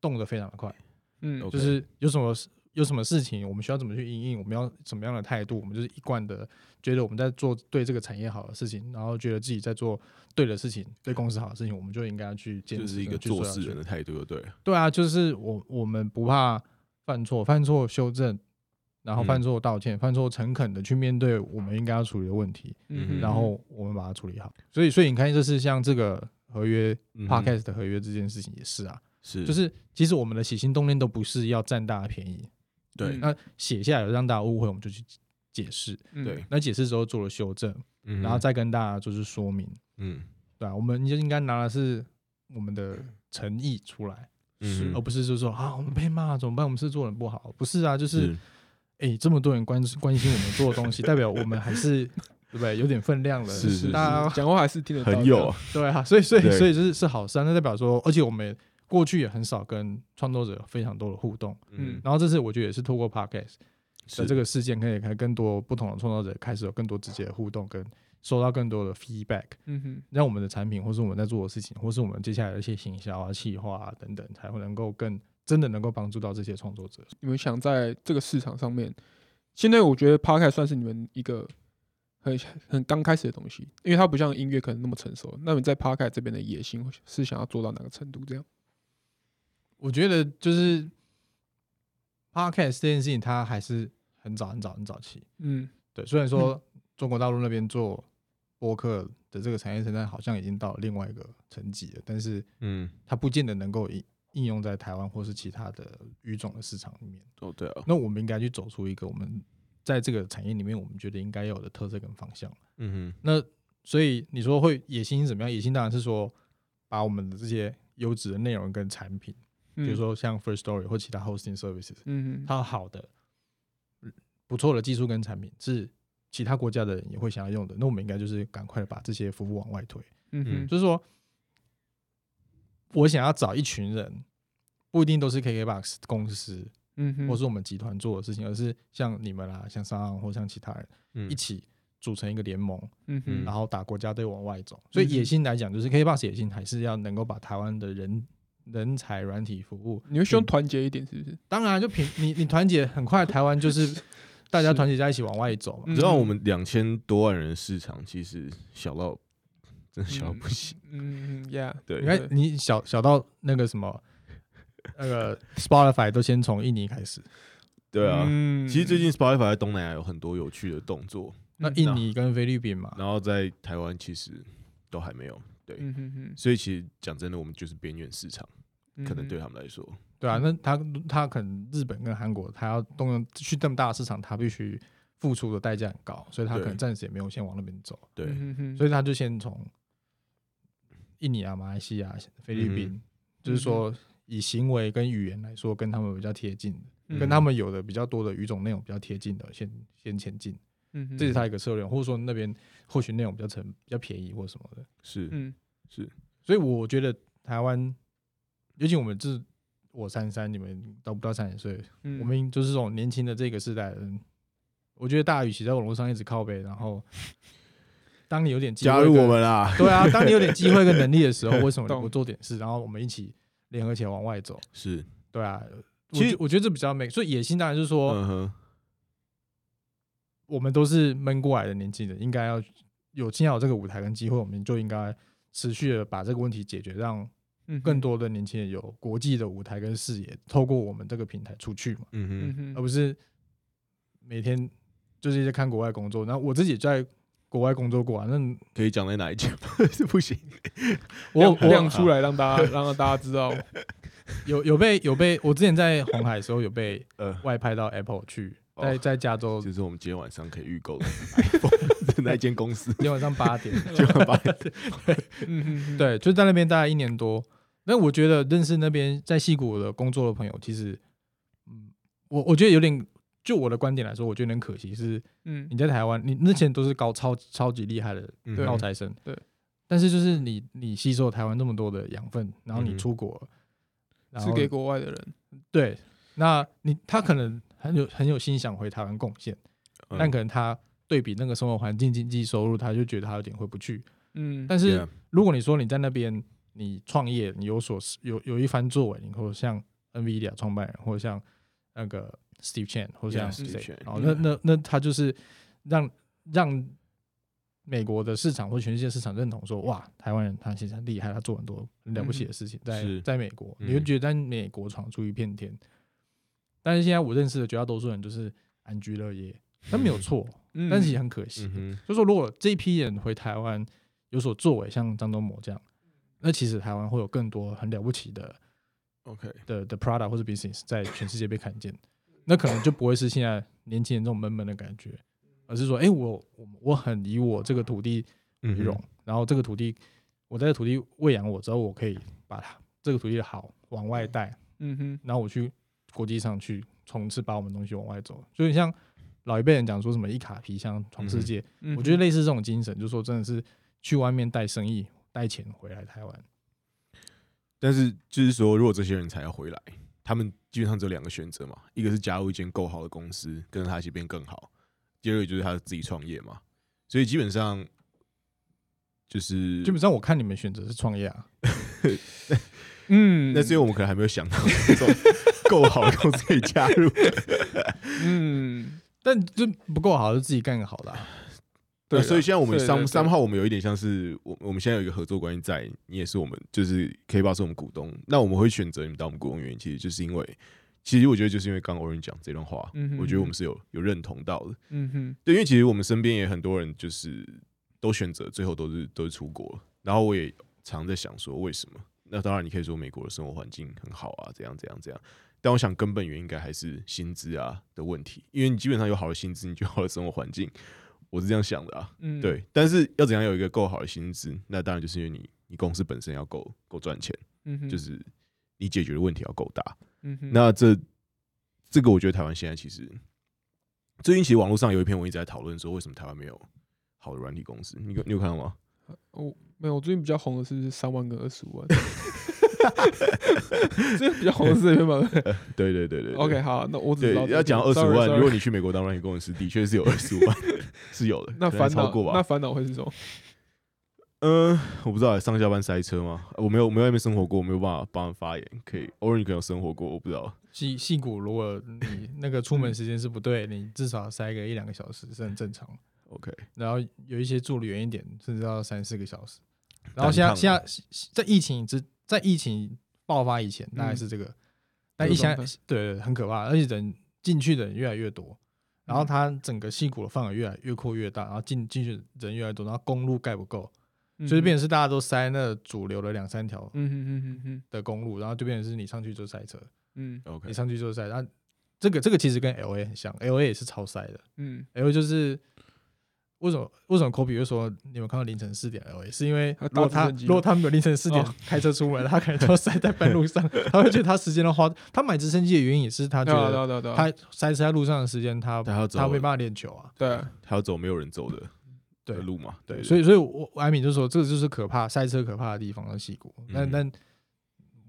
Speaker 3: 动得非常的快，
Speaker 1: 嗯
Speaker 2: OK
Speaker 3: 就是有什么事有什么事情，我们需要怎么去应应，我们要什么样的态度，我们就是一贯的觉得我们在做对这个产业好的事情，然后觉得自己在做对的事情，对公司好的事情，我们就应该要去坚
Speaker 2: 就
Speaker 3: 持，啊
Speaker 2: 是一个
Speaker 3: 去做
Speaker 2: 做
Speaker 3: 下
Speaker 2: 事
Speaker 3: 去
Speaker 2: 人的态度，就对了。
Speaker 3: 对啊，就是我我们不怕犯错，犯错修正，然后犯
Speaker 2: 嗯
Speaker 3: 错道歉，犯错诚恳的去面对我们应该要处理的问题，
Speaker 1: 嗯，
Speaker 3: 然后我们把它处理好。所以，所以你看，就是像这个合约
Speaker 2: 嗯
Speaker 3: podcast 的合约这件事情也是啊，
Speaker 2: 是
Speaker 3: 就是其实我们的起心动念都不是要占大家便宜，
Speaker 2: 对
Speaker 1: 嗯
Speaker 3: 那写下来有让大家误会，我们就去解释，
Speaker 1: 嗯
Speaker 2: 对，
Speaker 3: 那解释之后做了修正，
Speaker 2: 嗯
Speaker 3: 然后再跟大家就是说明，
Speaker 2: 嗯
Speaker 3: 对啊，我们就应该拿的是我们的诚意出来。
Speaker 2: 嗯
Speaker 3: 而
Speaker 2: 哼
Speaker 3: 不是就说啊，我们被骂怎么办？我们是做人不好，不是啊，就是哎、诶这么多人关关心我们做的 东西，代表我们还是对不对？有点分量的，
Speaker 2: 是是
Speaker 3: 大家
Speaker 1: 讲话还是听得到的，
Speaker 2: 很有
Speaker 3: 对啊，所以所以
Speaker 2: 对
Speaker 3: 所以就是是好事、啊，那代表说，而且我们过去也很少跟创作者有非常多的互动，
Speaker 1: 嗯
Speaker 3: 然后这次我觉得也是透过 podcast 的
Speaker 2: 是
Speaker 3: 这个事件，可以跟更多不同的创作者开始有更多直接的互动，跟收到更多的 feedback，
Speaker 1: 嗯哼，
Speaker 3: 让我们的产品，或是我们在做的事情，或是我们接下来的一些行销啊、企划啊等等，才会能够更真的能够帮助到这些创作者。
Speaker 1: 你们想在这个市场上面，现在我觉得 podcast 算是你们一个很很刚开始的东西，因为它不像音乐可能那么成熟。那你在 podcast 这边的野心是想要做到哪个程度？这样，
Speaker 3: 我觉得就是 podcast 这件事情，它还是很早、很早、很早期。
Speaker 1: 嗯
Speaker 3: 对，虽然说中国大陆那边做播客的这个产业生态好像已经到了另外一个层级了，但是
Speaker 2: 嗯
Speaker 3: 它不见得能够应应用在台湾或是其他的语种的市场里面。
Speaker 2: 哦对啊，
Speaker 3: 那我们应该去走出一个我们在这个产业里面我们觉得应该要有的特色跟方向。
Speaker 2: 嗯
Speaker 3: 那所以你说会野心是怎么样？野心当然是说把我们的这些优质的内容跟产品，
Speaker 1: 嗯
Speaker 3: 比如，说像 First Story 或其他 hosting services，
Speaker 1: 嗯哼，
Speaker 3: 它好的、嗯不错的技术跟产品是其他国家的人也会想要用的。那我们应该就是赶快地把这些服务往外推，
Speaker 1: 嗯哼，
Speaker 3: 就是说我想要找一群人，不一定都是 KKBOX 公司
Speaker 1: 嗯哼，
Speaker 3: 或是我们集团做的事情，而是像你们啦，像商岸或像其他人
Speaker 2: 嗯
Speaker 3: 一起组成一个联盟。
Speaker 1: 嗯哼，
Speaker 3: 然后打国家队往外走。所以野心来讲，就是 KBox 野心还是要能够把台湾的人人才、软体服务，
Speaker 1: 你会
Speaker 2: 嗯
Speaker 1: 希望团结一点，是不是？
Speaker 3: 当然就平你你团结，很快台湾就是大家团结在一起往外走嘛。
Speaker 2: 你知
Speaker 1: 嗯
Speaker 2: 道我们两千多万人的市场其实小到真的小到
Speaker 1: 嗯
Speaker 2: 不行，
Speaker 1: 嗯嗯，Yeah，
Speaker 2: 对
Speaker 3: 你，看你小小到那个什么。那个 Spotify 都先从印尼开始，
Speaker 2: 对啊。
Speaker 1: 嗯
Speaker 2: 其实最近 Spotify 在东南亚有很多有趣的动作，
Speaker 3: 嗯
Speaker 1: 啊
Speaker 3: 那印尼跟菲律宾嘛，
Speaker 2: 然后在台湾其实都还没有，
Speaker 1: 嗯哼哼，
Speaker 2: 所以其实讲真的，我们就是边缘市场，
Speaker 1: 嗯
Speaker 2: 可能对
Speaker 1: 哼，
Speaker 2: 他们来说，
Speaker 3: 对啊，那他他可能日本跟韩国，他要动用去这么大的市场，他必须付出的代价很高，所以他可能
Speaker 2: 对
Speaker 3: 暂时也没有先往那边走。
Speaker 2: 对，
Speaker 1: 嗯哼
Speaker 3: 所以他就先从印尼啊、马来西亚、菲律宾，
Speaker 1: 嗯
Speaker 3: 就是说以行为跟语言来说，跟他们比较贴近的，
Speaker 1: 哼，
Speaker 3: 跟他们有的比较多的语种内容比较贴近的，先先前进，
Speaker 1: 嗯哼，
Speaker 3: 这是他一个策略，或者说那边或许内容比较成比较便宜或什么的，
Speaker 2: 是
Speaker 1: 嗯
Speaker 3: 所以我觉得台湾，尤其我们这我三三，你们都不到三十岁，
Speaker 1: 嗯，
Speaker 3: 我们就是这种年轻的这个世代的人，我觉得大家与其在网络上一直靠背，然 后当你有点机会
Speaker 2: 加入
Speaker 3: 跟
Speaker 2: 我们啦，
Speaker 3: 对啊，当你有点机会跟能力的时候， 为什么你不做点事？然后我们一起联合起来往外走。
Speaker 2: 是，
Speaker 3: 对啊，
Speaker 2: 其
Speaker 3: 其
Speaker 2: 实
Speaker 3: 实我觉得这比较美。所以野心当然就是
Speaker 1: 哦
Speaker 3: 说，
Speaker 2: 嗯哼，
Speaker 3: 我们都是闷过来的年纪人，应该要有幸好有这个舞台跟机会，我们就应该持续的把这个问题解决，让
Speaker 1: 嗯哼
Speaker 3: 更，多的年轻人有国际的舞台跟视野，透过我们这个平台出去嘛，
Speaker 2: 嗯
Speaker 1: 嗯
Speaker 2: 哼，
Speaker 1: 哼，
Speaker 3: 而不是每天就是在看国外工作。然后我自己也在国外工作过啊，那
Speaker 2: 可以讲在哪一集吗？ 是不行，
Speaker 3: 我
Speaker 1: 亮
Speaker 3: 我
Speaker 1: 亮出来让大 家让大家知道，
Speaker 3: 有有被有被，我之前在红海的时候有被
Speaker 2: 呃，
Speaker 3: 外派到 Apple 去，
Speaker 2: 哦
Speaker 3: 在在加州，
Speaker 2: 这是我们今天晚上可以预购的 iPhone 的那间 公司，
Speaker 3: 今天晚上八点，
Speaker 2: 就 把
Speaker 1: 嗯哼哼，
Speaker 3: 对，就在那边待了一年多。那我觉得认识那边在戏谷的工作的朋友，其实，嗯，我我觉得有点，就我的观点来说，我觉得有点可惜是，
Speaker 1: 嗯
Speaker 3: 你在台湾，你那些人都是高超超级厉害的
Speaker 2: 嗯
Speaker 1: 对
Speaker 3: 高材生，
Speaker 1: 对。
Speaker 3: 但是就是你你吸收台湾这么多的养分，然后你
Speaker 2: 嗯
Speaker 3: 出国，然
Speaker 1: 是
Speaker 3: 后
Speaker 1: 给国外的人，
Speaker 3: 对，那你他可能很有很有心想回台湾贡献，
Speaker 2: 嗯
Speaker 3: 但可能他对比那个生活环境、经济收入，他就觉得他有点回不去。
Speaker 1: 嗯，
Speaker 3: 但是
Speaker 2: Yeah
Speaker 3: 如果你说你在那边你创业，你有所有有一番作为，你或者像 NVIDIA 创办人，或者像那个 Steve Chen，或者像
Speaker 2: Yeah，Steve
Speaker 3: 谁
Speaker 2: Chen，，
Speaker 3: 哦，那
Speaker 1: yeah
Speaker 3: 那那他就是让让美国的市场或全世界市场认同说，哇，台湾人他其实很厉害，他做很多很了不起的事情，
Speaker 2: 是
Speaker 3: 在在美国，
Speaker 2: 嗯
Speaker 3: 你就觉得在美国闯出一片天。但是现在我认识的绝大多数人就是安居乐业，他没有错，
Speaker 1: 嗯
Speaker 3: 但是也很可惜。
Speaker 2: 嗯哼，
Speaker 3: 就说如果这一批人回台湾有所作为，像张忠谋这样，那其实台湾会有更多很了不起的
Speaker 2: OK，
Speaker 3: 的的 product 或者 business 在全世界被看 见，那可能就不会是现在年轻人这种闷闷的感觉，而是说，哎、我我我很以我这个土地为
Speaker 2: 嗯哼
Speaker 3: 荣，然后这个土地我在这个土地喂养我之后，我可以把它这个土地的好往外带，
Speaker 1: 嗯哼，
Speaker 3: 然后我去国际上去冲刺，把我们东西往外走，就很像老一辈人讲说什么一卡皮箱闯世界，
Speaker 1: 嗯哼
Speaker 3: 我觉得类似这种精神，就是说真的是去外面带生意、带钱回来台湾。
Speaker 2: 但是就是说，如果这些人才要回来，他们基本上只有两个选择嘛，一个是加入一间够好的公司，跟着他一起变更好；，第二个就是他自己创业嘛。所以基本上就是
Speaker 3: 基本上我看你们选择是创业啊，
Speaker 1: 嗯，
Speaker 2: 那是因为我们可能还没有想到这种够好的公司可以加 入。
Speaker 1: 嗯，
Speaker 3: 但这不够好就自己干个好的啊、
Speaker 1: 对
Speaker 2: 对，啊
Speaker 1: 啦
Speaker 2: 所以现在我们
Speaker 1: 对对
Speaker 2: 三
Speaker 1: 对
Speaker 2: 三号，我们有一点像是我我们现在有一个合作关系在，你也是我们就是 K 八是我们股东，那我们会选择你们当我们股东原因，其实就是因为，其实我觉得就是因为刚刚 Orange 讲这段话，
Speaker 1: 嗯哼
Speaker 2: 我觉得我们是有有认同到的。
Speaker 1: 嗯哼，
Speaker 2: 对，因为其实我们身边也很多人就是都选择最后都是都是出国了，然后我也常在想说为什么？那当然你可以说美国的生活环境很好啊，怎样怎样怎样，但我想根本原因应该还是薪资啊的问题，因为你基本上有好的薪资，你就有好的生活环境，我是这样想的啊。
Speaker 1: 嗯，
Speaker 2: 对，但是要怎样有一个够好的薪资，那当然就是因为你你公司本身要够够赚钱，
Speaker 1: 嗯哼，
Speaker 2: 就是你解决的问题要够大。
Speaker 1: 嗯哼，
Speaker 2: 那这这个，我觉得台湾现在其实最近其实网络上有一篇文一直在讨论说，为什么台湾没有好的软体公司？你有你有看到吗？
Speaker 1: 我哦没有，我最近比较红的是三万跟二十五万， 最近比较红的 是这边吧。
Speaker 2: 对对对对对
Speaker 1: OK，好，那我只知
Speaker 2: 对
Speaker 1: 道，这
Speaker 2: 要讲二十
Speaker 1: sorry，
Speaker 2: 万，
Speaker 1: sorry
Speaker 2: 如果你去美国当软体工程师，的确是有二十万是有的，
Speaker 1: 那
Speaker 2: 可能还
Speaker 1: 烦
Speaker 2: 超
Speaker 1: 恼
Speaker 2: 过
Speaker 1: 那
Speaker 2: 吧？
Speaker 1: 烦恼会是什么？
Speaker 2: 嗯、我不知道欸上下班塞车吗？呃我没有我没有在那边生活过，我没有办法帮人发言，可以偶尔你可能有生活过，我不知道。
Speaker 3: 戏戏骨，如果你那个出门时间是不对，你至少塞个一两个小时是很正常。
Speaker 2: OK，
Speaker 3: 然后有一些住的远一点，甚至要三四个小时。
Speaker 2: 单
Speaker 3: 然后现在
Speaker 2: 趟啊
Speaker 3: 现在在疫情之在疫情爆发以前，大概是这个，
Speaker 2: 嗯
Speaker 3: 但一
Speaker 1: 这个
Speaker 3: 下
Speaker 1: 状
Speaker 3: 对对很可怕，而且人进去的人越来越多，然
Speaker 1: 嗯
Speaker 3: 后它整个戏骨的范围越来越扩越大，然后进进去的人越来越多，然后公路盖不够，所以就变成是大家都塞那主流的两三条
Speaker 1: 嗯哼，嗯哼嗯哼
Speaker 3: 的公路，然后就变成是你上去就塞车，
Speaker 1: 嗯
Speaker 2: OK，
Speaker 3: 你上去就塞，然后这个这个其实跟 L A 很像，L A 也是超塞的。
Speaker 1: 嗯，
Speaker 3: L 就是为什么为什么 Kobe 会说你们看到凌晨四点 L，是因为
Speaker 1: 他
Speaker 3: 如果
Speaker 1: 搭
Speaker 3: 他
Speaker 1: 直升机
Speaker 3: 如果他没有凌晨四点
Speaker 1: 哦
Speaker 3: 开车出门，他可能就塞在半路上， 他会觉得他时间都花。他买直升机的原因也是他觉
Speaker 1: 对啊
Speaker 3: 得
Speaker 1: 对啊对啊对啊
Speaker 3: 他塞车在路上的时间，他
Speaker 2: 他要走
Speaker 3: 他没办法练球啊。
Speaker 1: 对啊，
Speaker 2: 还要走没有人走的
Speaker 3: 对
Speaker 2: 的路嘛？对，
Speaker 3: 所以所以我我艾米就说这个就是可怕塞车可怕的地方的戏骨。但
Speaker 2: 嗯
Speaker 3: 但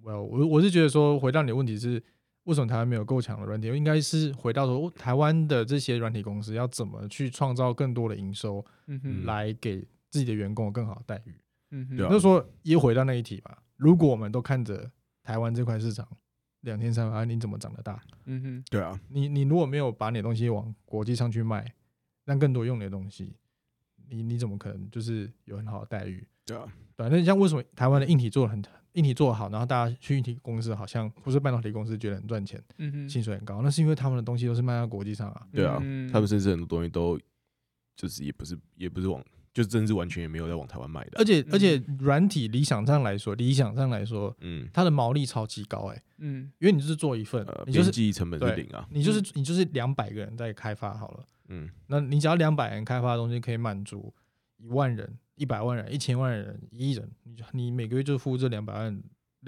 Speaker 3: 我我我是觉得说回到你的问题是。为什么台湾没有够强的软体？应该是回到说，台湾的这些软体公司要怎么去创造更多的营收，
Speaker 1: 嗯哼
Speaker 2: 嗯
Speaker 3: 来给自己的员工有更好的待遇。
Speaker 1: 嗯哼，
Speaker 2: 对啊
Speaker 3: 那说也回到那一题吧，如果我们都看着台湾这块市场两千三百万，你怎么长得大？
Speaker 1: 嗯哼
Speaker 2: 对啊，
Speaker 3: 你你如果没有把你的东西往国际上去卖，让更多用你的东西，你你怎么可能就是有很好的待遇？
Speaker 2: 对啊，
Speaker 3: 对啊，那像为什么台湾的硬体做的很硬体做得好，然后大家去硬体公司好像不是半导体公司觉得很赚钱，
Speaker 1: 嗯哼，
Speaker 3: 薪水很高，那是因为他们的东西都是卖到国际上啊。
Speaker 2: 对啊
Speaker 1: 嗯
Speaker 2: 他们甚至很多东西都就是也不是也不是往，就真是完全也没有在往台湾卖的啊、
Speaker 3: 而且而且软体理想上来说，理想上来说，
Speaker 2: 嗯，
Speaker 3: 它的毛利超级高哎、
Speaker 1: 嗯
Speaker 3: 因为你就是做一份，
Speaker 2: 呃，
Speaker 3: 你就
Speaker 2: 边
Speaker 3: 是
Speaker 2: 际成本是
Speaker 3: 对
Speaker 2: 零啊，
Speaker 3: 你就是你就是两百个人在开发好了，
Speaker 2: 嗯，
Speaker 3: 那你只要两百人开发的东西可以满足一万人、一百万人、一千万人、一亿人，你就你每个月就付这两百万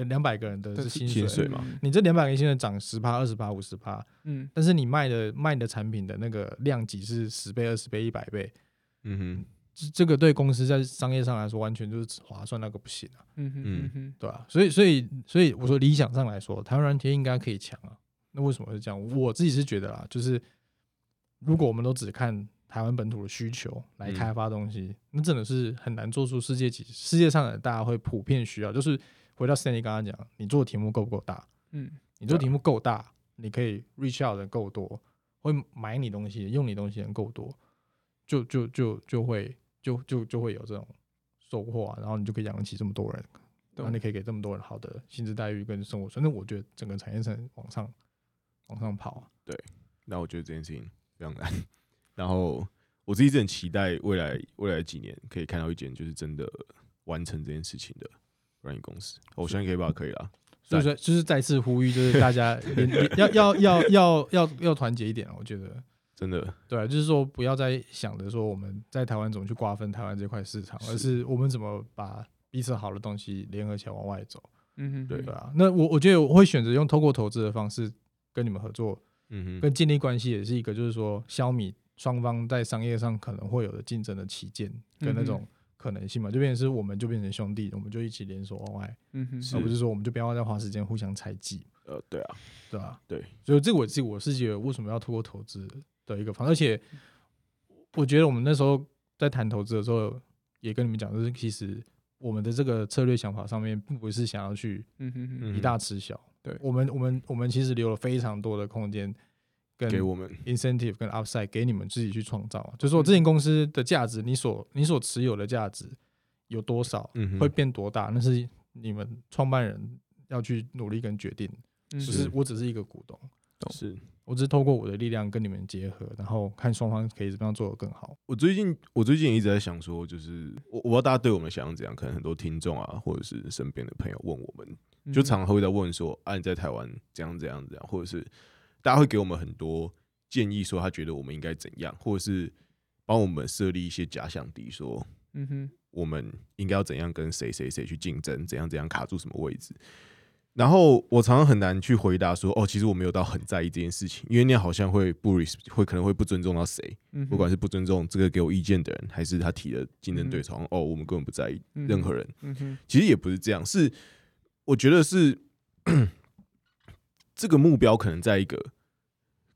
Speaker 3: 两百个人的
Speaker 1: 的
Speaker 3: 薪
Speaker 2: 薪水
Speaker 3: 水，
Speaker 2: 嘛
Speaker 1: 嗯
Speaker 3: 你这两百个人薪水涨十趴、二十趴、五十趴，
Speaker 1: 嗯
Speaker 3: 但是你卖的卖的产品的那个量级是十倍、二十倍、一百倍，
Speaker 2: 嗯哼，
Speaker 3: 这这个对公司在商业上来说完全就是划算，那个不行啊，
Speaker 1: 嗯哼嗯哼，
Speaker 3: 对吧、所以所以所以我说理想上来说，台湾软体应该可以强啊。那为什么会这样？我自己是觉得啦，就是如果我们都只看台湾本土的需求来开发东西，那真的是很难做出世界级世界上的大家会普遍需要。就是回到 Stanley 刚刚讲，你做的题目够不够大？
Speaker 1: 嗯
Speaker 3: 你做题目够大，你可以 reach out 的人够多，会买你东西、用你东西的人够多，就就就就会就就就会有这种收获、啊，然后你就可以养得起这么多人，然
Speaker 1: 懂
Speaker 3: 后你可以给这么多人好的薪资待遇跟生活水准。那我觉得整个产业链往上往上跑啊、
Speaker 2: 那我觉得这件事情非常难。 然后我自己一直很期待未来未来几年可以看到一间就是真的完成这件事情的软件公司。哦我相信 K 吧可以啦，
Speaker 3: 所以说，就是再次呼吁，就是大家 连连要要要要要要团结一点啊！我觉得，
Speaker 2: 真的
Speaker 3: 对啊、就是说不要再想着说我们在台湾怎么去瓜分台湾这块市场，而是我们怎么把彼此好的东西联合起来往外走。
Speaker 1: 嗯哼，
Speaker 2: 对
Speaker 3: 对啊，那我我觉得我会选择用透过投资的方式跟你们合作，
Speaker 2: 嗯哼，
Speaker 3: 跟建立关系也是一个，就是说消弭双方在商业上可能会有的竞争的起见跟那
Speaker 2: 嗯
Speaker 3: 种可能性嘛，就变成是我们就变成兄弟，我们就一起联手往外，
Speaker 1: 嗯哼，
Speaker 2: 是
Speaker 3: 而不是说我们就不要再花时间互相猜忌，
Speaker 2: 呃，对啊，
Speaker 3: 对吧、
Speaker 2: 对，
Speaker 3: 所以这个我自己我是觉得为什么要透过投资的一个方，而且我觉得我们那时候在谈投资的时候也跟你们讲，就是其实我们的这个策略想法上面并不是想要去。
Speaker 1: 嗯哼嗯
Speaker 2: 嗯
Speaker 3: 以大吃小。
Speaker 1: 对
Speaker 3: 我们我们我们其实留了非常多的空间跟
Speaker 2: 给我们
Speaker 3: incentive 跟 upside 给你们自己去创造啊。就是说，这间公司的价值，你所你所持有的价值有多少，
Speaker 2: 嗯哼
Speaker 3: 会变多大，那是你们创办人要去努力跟决定。
Speaker 1: 嗯
Speaker 3: 就是是我只是一个股东，
Speaker 2: 是
Speaker 3: 我只是透过我的力量跟你们结合，然后看双方可以怎么样做得更好。
Speaker 2: 我最近我最近也一直在想说，就是我我不知道大家对我们的想象怎样，可能很多听众啊，或者是身边的朋友问我们，
Speaker 1: 嗯
Speaker 2: 就常常会在问说，啊，你在台湾怎样怎样怎样，或者是大家会给我们很多建议，说他觉得我们应该怎样，或者是帮我们设立一些假想敌，说
Speaker 1: 嗯哼
Speaker 2: 我们应该要怎样跟谁谁谁去竞争，怎样怎样卡住什么位置。然后我常常很难去回答说，哦，其实我没有到很在意这件事情，因为那样好像会不 res 会可能会不尊重到谁，
Speaker 1: 嗯哼，
Speaker 2: 不管是不尊重这个给我意见的人，还是他提的竞争对手，哦，我们根本不在意
Speaker 1: 嗯
Speaker 2: 任何人。
Speaker 1: 嗯哼
Speaker 2: 其实也不是这样，是我觉得是 这个目标可能在一个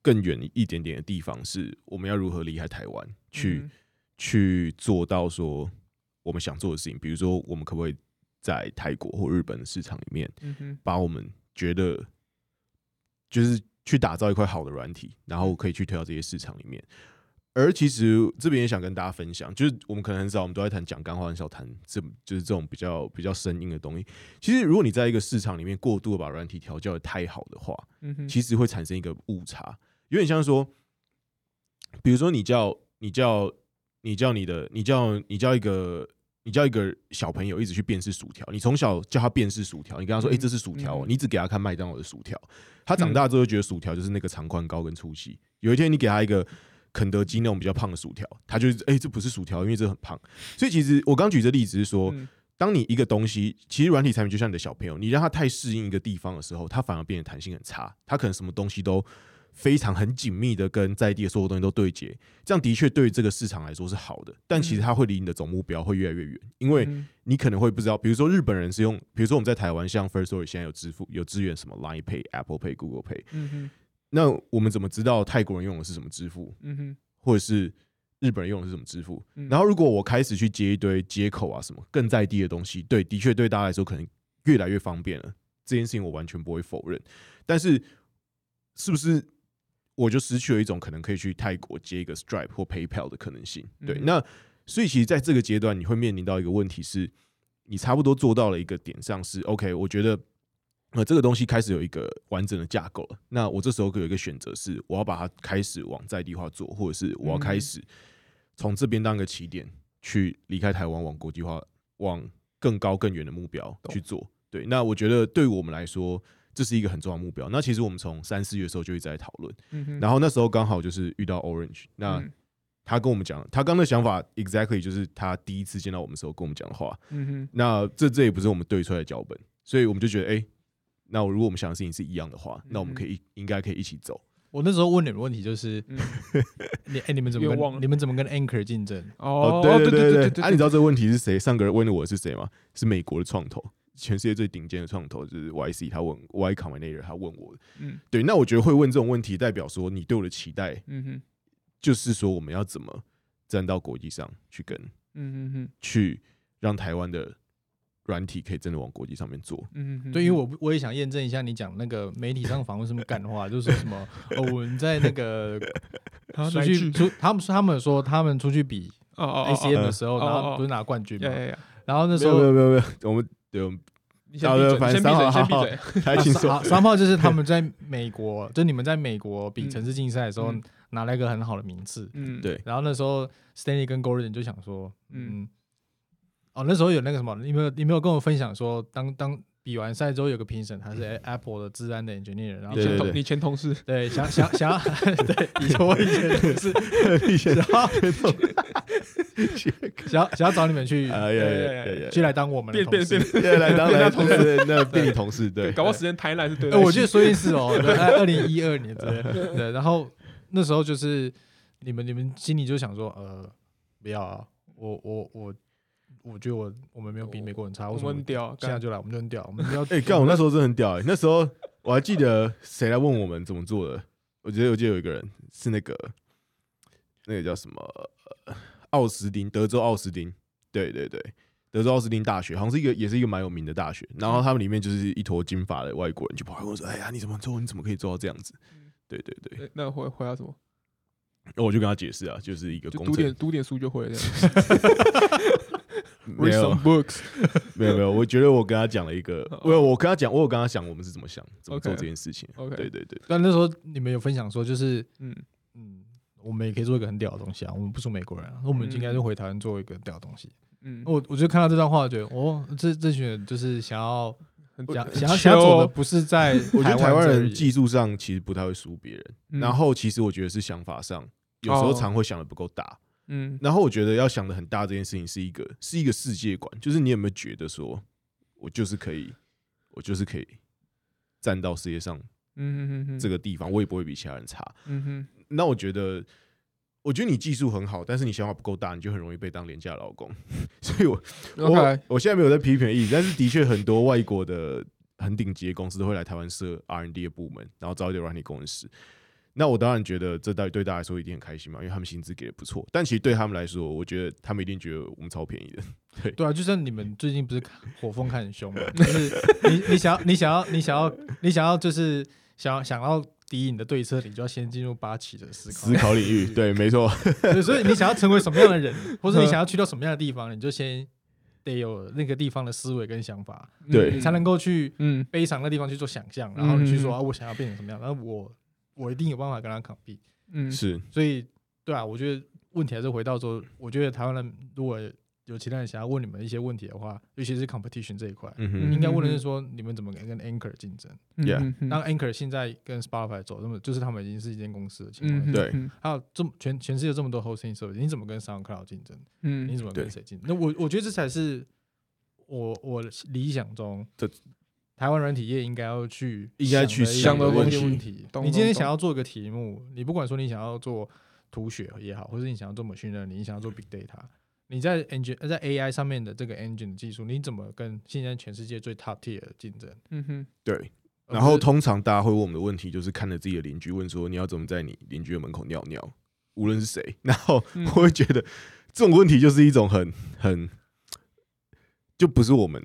Speaker 2: 更远一点点的地方，是我们要如何离开台湾，去、
Speaker 1: 嗯哼
Speaker 2: 去做到说我们想做的事情，比如说我们可不可以在泰国或日本的市场里面，
Speaker 1: 嗯哼
Speaker 2: 把我们觉得就是去打造一块好的软体，然后可以去推到这些市场里面。而其实这边也想跟大家分享，就是我们可能很少，我们都在谈讲干话，很少谈这就是这种比较比较生硬的东西。其实如果你在一个市场里面过度地把软体调教的太好的话，
Speaker 1: 嗯哼，
Speaker 2: 其实会产生一个误差，有点像说，比如说你叫你叫你叫你的你叫你叫一个你叫一个小朋友一直去辨识薯条，你从小叫他辨识薯条，你跟他说，
Speaker 1: 嗯
Speaker 2: 哎、这是薯条、哦
Speaker 1: 嗯
Speaker 2: 你只给他看麦当劳的薯条，他长大之后就觉得薯条就是那个长宽高跟粗细。有一天你给他一个肯德基那种比较胖的薯条，他就是哎、这不是薯条，因为这很胖。所以其实我刚举这例子是说，
Speaker 1: 嗯
Speaker 2: 当你一个东西，其实软体产品就像你的小朋友，你让他太适应一个地方的时候，他反而变得弹性很差，他可能什么东西都非常很紧密的跟在地的所有东西都对接，这样的确对于这个市场来说是好的，但其实它会离你的总目标会越来越远，因为
Speaker 1: 嗯
Speaker 2: 你可能会不知道，比如说日本人是用，比如说我们在台湾，像 First Story 现在有支付有支援什么 Line Pay、Apple Pay、Google Pay，
Speaker 1: 嗯哼
Speaker 2: 那我们怎么知道泰国人用的是什么支付？
Speaker 1: 嗯哼
Speaker 2: 或者是日本人用的是什么支付。
Speaker 1: 嗯
Speaker 2: 然后如果我开始去接一堆接口啊什么更在地的东西，对，的确对大家来说可能越来越方便了。这件事情我完全不会否认，但是是不是我就失去了一种可能可以去泰国接一个 Stripe 或 PayPal 的可能性？对，
Speaker 1: 嗯
Speaker 2: 那所以其实在这个阶段，你会面临到一个问题是，你差不多做到了一个点上是 OK，我觉得。呃，这个东西开始有一个完整的架构了。那我这时候有一个选择是，我要把它开始往在地化做，或者是我要开
Speaker 1: 嗯
Speaker 2: 始从这边当一个起点，去离开台湾，往国际化、往更高更远的目标去做。对，那我觉得对于我们来说，这是一个很重要的目标。那其实我们从三四月的时候就一直在讨论，
Speaker 1: 嗯哼，
Speaker 2: 然后那时候刚好就是遇到 Orange，那
Speaker 1: 嗯
Speaker 2: 他跟我们讲，他刚的想法 exactly 就是他第一次见到我们的时候跟我们讲的话。
Speaker 1: 嗯哼
Speaker 2: 那这这也不是我们对出来的脚本，所以我们就觉得，哎、那如果我们想的事情是一样的话，那我们可以应该可以一起走。
Speaker 3: 我那时候问你们问题就是，
Speaker 1: 嗯
Speaker 3: 你哎、你们怎么
Speaker 1: 又忘了
Speaker 3: 跟你们怎么跟 Anchor 竞争？
Speaker 1: 哦，
Speaker 2: 对
Speaker 1: 对
Speaker 2: 对
Speaker 1: 对
Speaker 2: 啊，你知道这个问题是谁？上个人问的我是谁吗？是美国的创投，全世界最顶尖的创投就是 YC，他问 Y Combinator，他问我。
Speaker 1: 嗯
Speaker 2: 对，那我觉得会问这种问题，代表说你对我的期待
Speaker 1: 嗯哼
Speaker 2: 就是说我们要怎么站到国际上去跟
Speaker 1: 嗯哼哼
Speaker 2: 去让台湾的软体可以真的往国际上面做。
Speaker 1: 嗯哼哼，
Speaker 3: 对，因为我我也想验证一下你讲那个媒体上访问什么干话，就是说什么哦，我们在那个
Speaker 1: 啊
Speaker 3: 出
Speaker 1: 哪一
Speaker 3: 去
Speaker 1: 句
Speaker 3: 出，他们他们说他们出去比
Speaker 1: 哦哦
Speaker 3: ACM 的时候，
Speaker 1: 哦哦
Speaker 3: 然
Speaker 1: 哦
Speaker 3: 后不是拿冠军
Speaker 1: 呀
Speaker 3: 嘛，
Speaker 1: 呀呀，
Speaker 3: 然后那
Speaker 2: 没
Speaker 3: 时
Speaker 2: 有没
Speaker 3: 候
Speaker 2: 有没有没有，我们对，我们
Speaker 1: 你先
Speaker 2: 好
Speaker 1: 闭
Speaker 2: 的
Speaker 1: 嘴，
Speaker 2: 反
Speaker 1: 先闭
Speaker 2: 正
Speaker 1: 嘴，
Speaker 2: 好
Speaker 1: 先闭
Speaker 2: 好
Speaker 1: 嘴。
Speaker 2: 开心说
Speaker 3: 啊三炮就是他们在美国，就你们在美国比
Speaker 1: 嗯
Speaker 3: 城市竞赛的时候
Speaker 1: 嗯
Speaker 3: 拿了一个很好的名次，
Speaker 1: 嗯，
Speaker 2: 对
Speaker 3: 然后那时候 Stanley 跟 Gordon 就想说，
Speaker 1: 嗯
Speaker 3: 嗯，哦，那时候有那个什么，你没有你没有跟我分享说，当当比完赛之后有个评审，他是 Apple 的治安的 engineer，然后
Speaker 1: 你
Speaker 2: 对
Speaker 1: 前
Speaker 2: 对
Speaker 1: 同
Speaker 2: 对
Speaker 1: 你前同事，
Speaker 3: 对，想想想要， 对，以前我以前也是，
Speaker 2: 以前
Speaker 3: 然后
Speaker 2: 哎
Speaker 3: 想要想要找你们去
Speaker 2: 呀呀 呀呀
Speaker 3: 去来当我们的
Speaker 1: 变
Speaker 3: 同
Speaker 1: 变
Speaker 3: 事
Speaker 1: 变。，
Speaker 2: 呀，来当
Speaker 1: 变
Speaker 2: 来
Speaker 1: 他同事
Speaker 2: 对哎那变你同事对，
Speaker 1: 搞不好时间台南是对
Speaker 3: 哎，
Speaker 1: 的。
Speaker 3: 我记得说一次哦，在二零一二年之类的，对，然后那时候就是你们你们心里就想说，呃，不要啊，我我我，我觉得我我们没有比美国人啊差，为
Speaker 1: 我
Speaker 3: 什么
Speaker 1: 们很屌，
Speaker 3: 现
Speaker 1: 啊
Speaker 3: 在
Speaker 1: 干
Speaker 3: 就来，我们就很屌，我们不要
Speaker 2: 哎，干我那时候真的很屌哎，那时候我还记得谁来问我们怎么做的，我觉得我记得有一个人是那个那个叫什么呃奥斯汀，德州奥斯汀，对对对。德州奥斯汀大学好像是一个，也是一个蛮有名的大学。然后他们里面就是一坨金发的外国人，就跑来跟我说：“哎呀，你怎么做？你怎么可以做到这样子？”对对对，
Speaker 1: 呃那回回答什么？
Speaker 2: 那我就跟他解释啊，就是一个
Speaker 1: 就
Speaker 2: 工
Speaker 1: 读
Speaker 2: 程
Speaker 1: 点读点书就会了这样。
Speaker 2: 没
Speaker 1: Read
Speaker 2: 有
Speaker 1: some books。
Speaker 2: 没有没有，我觉得我跟他讲了一个
Speaker 1: 哦，
Speaker 2: 我有我跟他讲，我有跟他讲我们是怎么想、怎么做
Speaker 1: OK
Speaker 2: 这件事情。
Speaker 1: OK
Speaker 2: 对对对，
Speaker 3: 但那时候你们有分享说，就是
Speaker 1: 嗯，
Speaker 3: 嗯，我们也可以做一个很屌的东西啊，我们不输美国人、啊，那我们就应该就回台湾做一个屌的东西。
Speaker 1: 嗯，
Speaker 3: 我我就看到这段话，觉得哦，这这群人就是想要
Speaker 1: 很
Speaker 3: 想
Speaker 1: 很哦
Speaker 3: 想要
Speaker 1: 秋
Speaker 3: 想要走的不是在
Speaker 2: 我觉得台湾
Speaker 3: 湾
Speaker 2: 人
Speaker 3: 技
Speaker 2: 技术上其实不太会输别人，
Speaker 1: 嗯
Speaker 2: 然后其实我觉得是想法上，有时
Speaker 1: 哦
Speaker 2: 候常会想的不够大。
Speaker 1: 嗯
Speaker 2: 然后我觉得要想的很大这件事情是一个是一个世界观，就是你有没有觉得说，我就是可以，我就是可以站到世界上
Speaker 1: 嗯嗯嗯，
Speaker 2: 这
Speaker 1: 个
Speaker 2: 个地方，我也不会比其他人差。
Speaker 1: 嗯哼
Speaker 2: 那我觉得，我觉得你技术很好，但是你想法不够大，你就很容易被当廉价劳工。 所以我我
Speaker 1: OK 嗯
Speaker 2: 我现在没有在批评的意思，但是的确很多外国的很顶级的公司都会来台湾设 R N D 的部门，然后招一堆软体工程师。那我当然觉得这对对大家来说一定很开心嘛，因为他们薪资给的不错。但其实对他们来说，我觉得他们一定觉得我们超便宜的。
Speaker 3: 对啊，就像你们最近不是看火风看很凶嘛， 就是你你想要你想要你想要你想要就是想要想要敌你的对策，你就要先进入八旗的思考
Speaker 2: 思 考领
Speaker 1: 嗯
Speaker 2: 域，对，没错，
Speaker 3: 对，所以你想要成为什么样的人，或者你想要去到什么样的地方，你就先得有那个地方的思维跟想法，
Speaker 2: 对
Speaker 3: 你才能够去
Speaker 1: 嗯
Speaker 3: 悲伤的地方去做想象，然后你去
Speaker 1: 嗯
Speaker 3: 说啊，我想要变成什么样，然后我我一定有办法跟他 compete。
Speaker 1: 嗯
Speaker 2: 是
Speaker 3: 所以，对啊，我觉得问题还是回到说，我觉得台湾人如果有其他人想要问你们一些问题的话，尤其是 competition 这一块。
Speaker 2: 嗯
Speaker 1: 嗯嗯
Speaker 2: 哼，
Speaker 3: 应该问的是说，你们怎么跟 Anchor 竞争？当 Anchor 现在跟 Spotify 走那么，就是他们已经是一间公司的情况下，
Speaker 1: 嗯
Speaker 2: 对
Speaker 3: 还有这么全全世界这么多 hosting service，你怎么跟 SoundCloud 竞争？你
Speaker 1: 嗯
Speaker 3: 怎么
Speaker 2: 对
Speaker 3: 跟谁竞争？那我我觉得这才是我我理想中
Speaker 2: 这
Speaker 3: 台湾软体业应该要去
Speaker 2: 应该去
Speaker 1: 想
Speaker 3: 想
Speaker 1: 的
Speaker 3: 一
Speaker 1: 东
Speaker 3: 些
Speaker 1: 西
Speaker 3: 问题
Speaker 1: 懂。
Speaker 3: 你
Speaker 1: 懂
Speaker 3: 今天
Speaker 1: 懂
Speaker 3: 想要做一个题目，你不管说你想要做图学也好，或者你想要做 machine learning，你想要做 big data，你在 engine 呃在 AI 上面的这个 engine 的技术，你怎么跟现在全世界最 top tier 的竞争？
Speaker 1: 嗯哼
Speaker 2: 对。
Speaker 3: 而
Speaker 2: 然后
Speaker 3: 哦不是
Speaker 2: 通常大家会问我们的问题，就是看着自己的邻居问说你要怎么在你邻居的门口尿尿，无论是谁。然后
Speaker 1: 嗯
Speaker 2: 我会觉得这种问题就是一种很很，就不是我们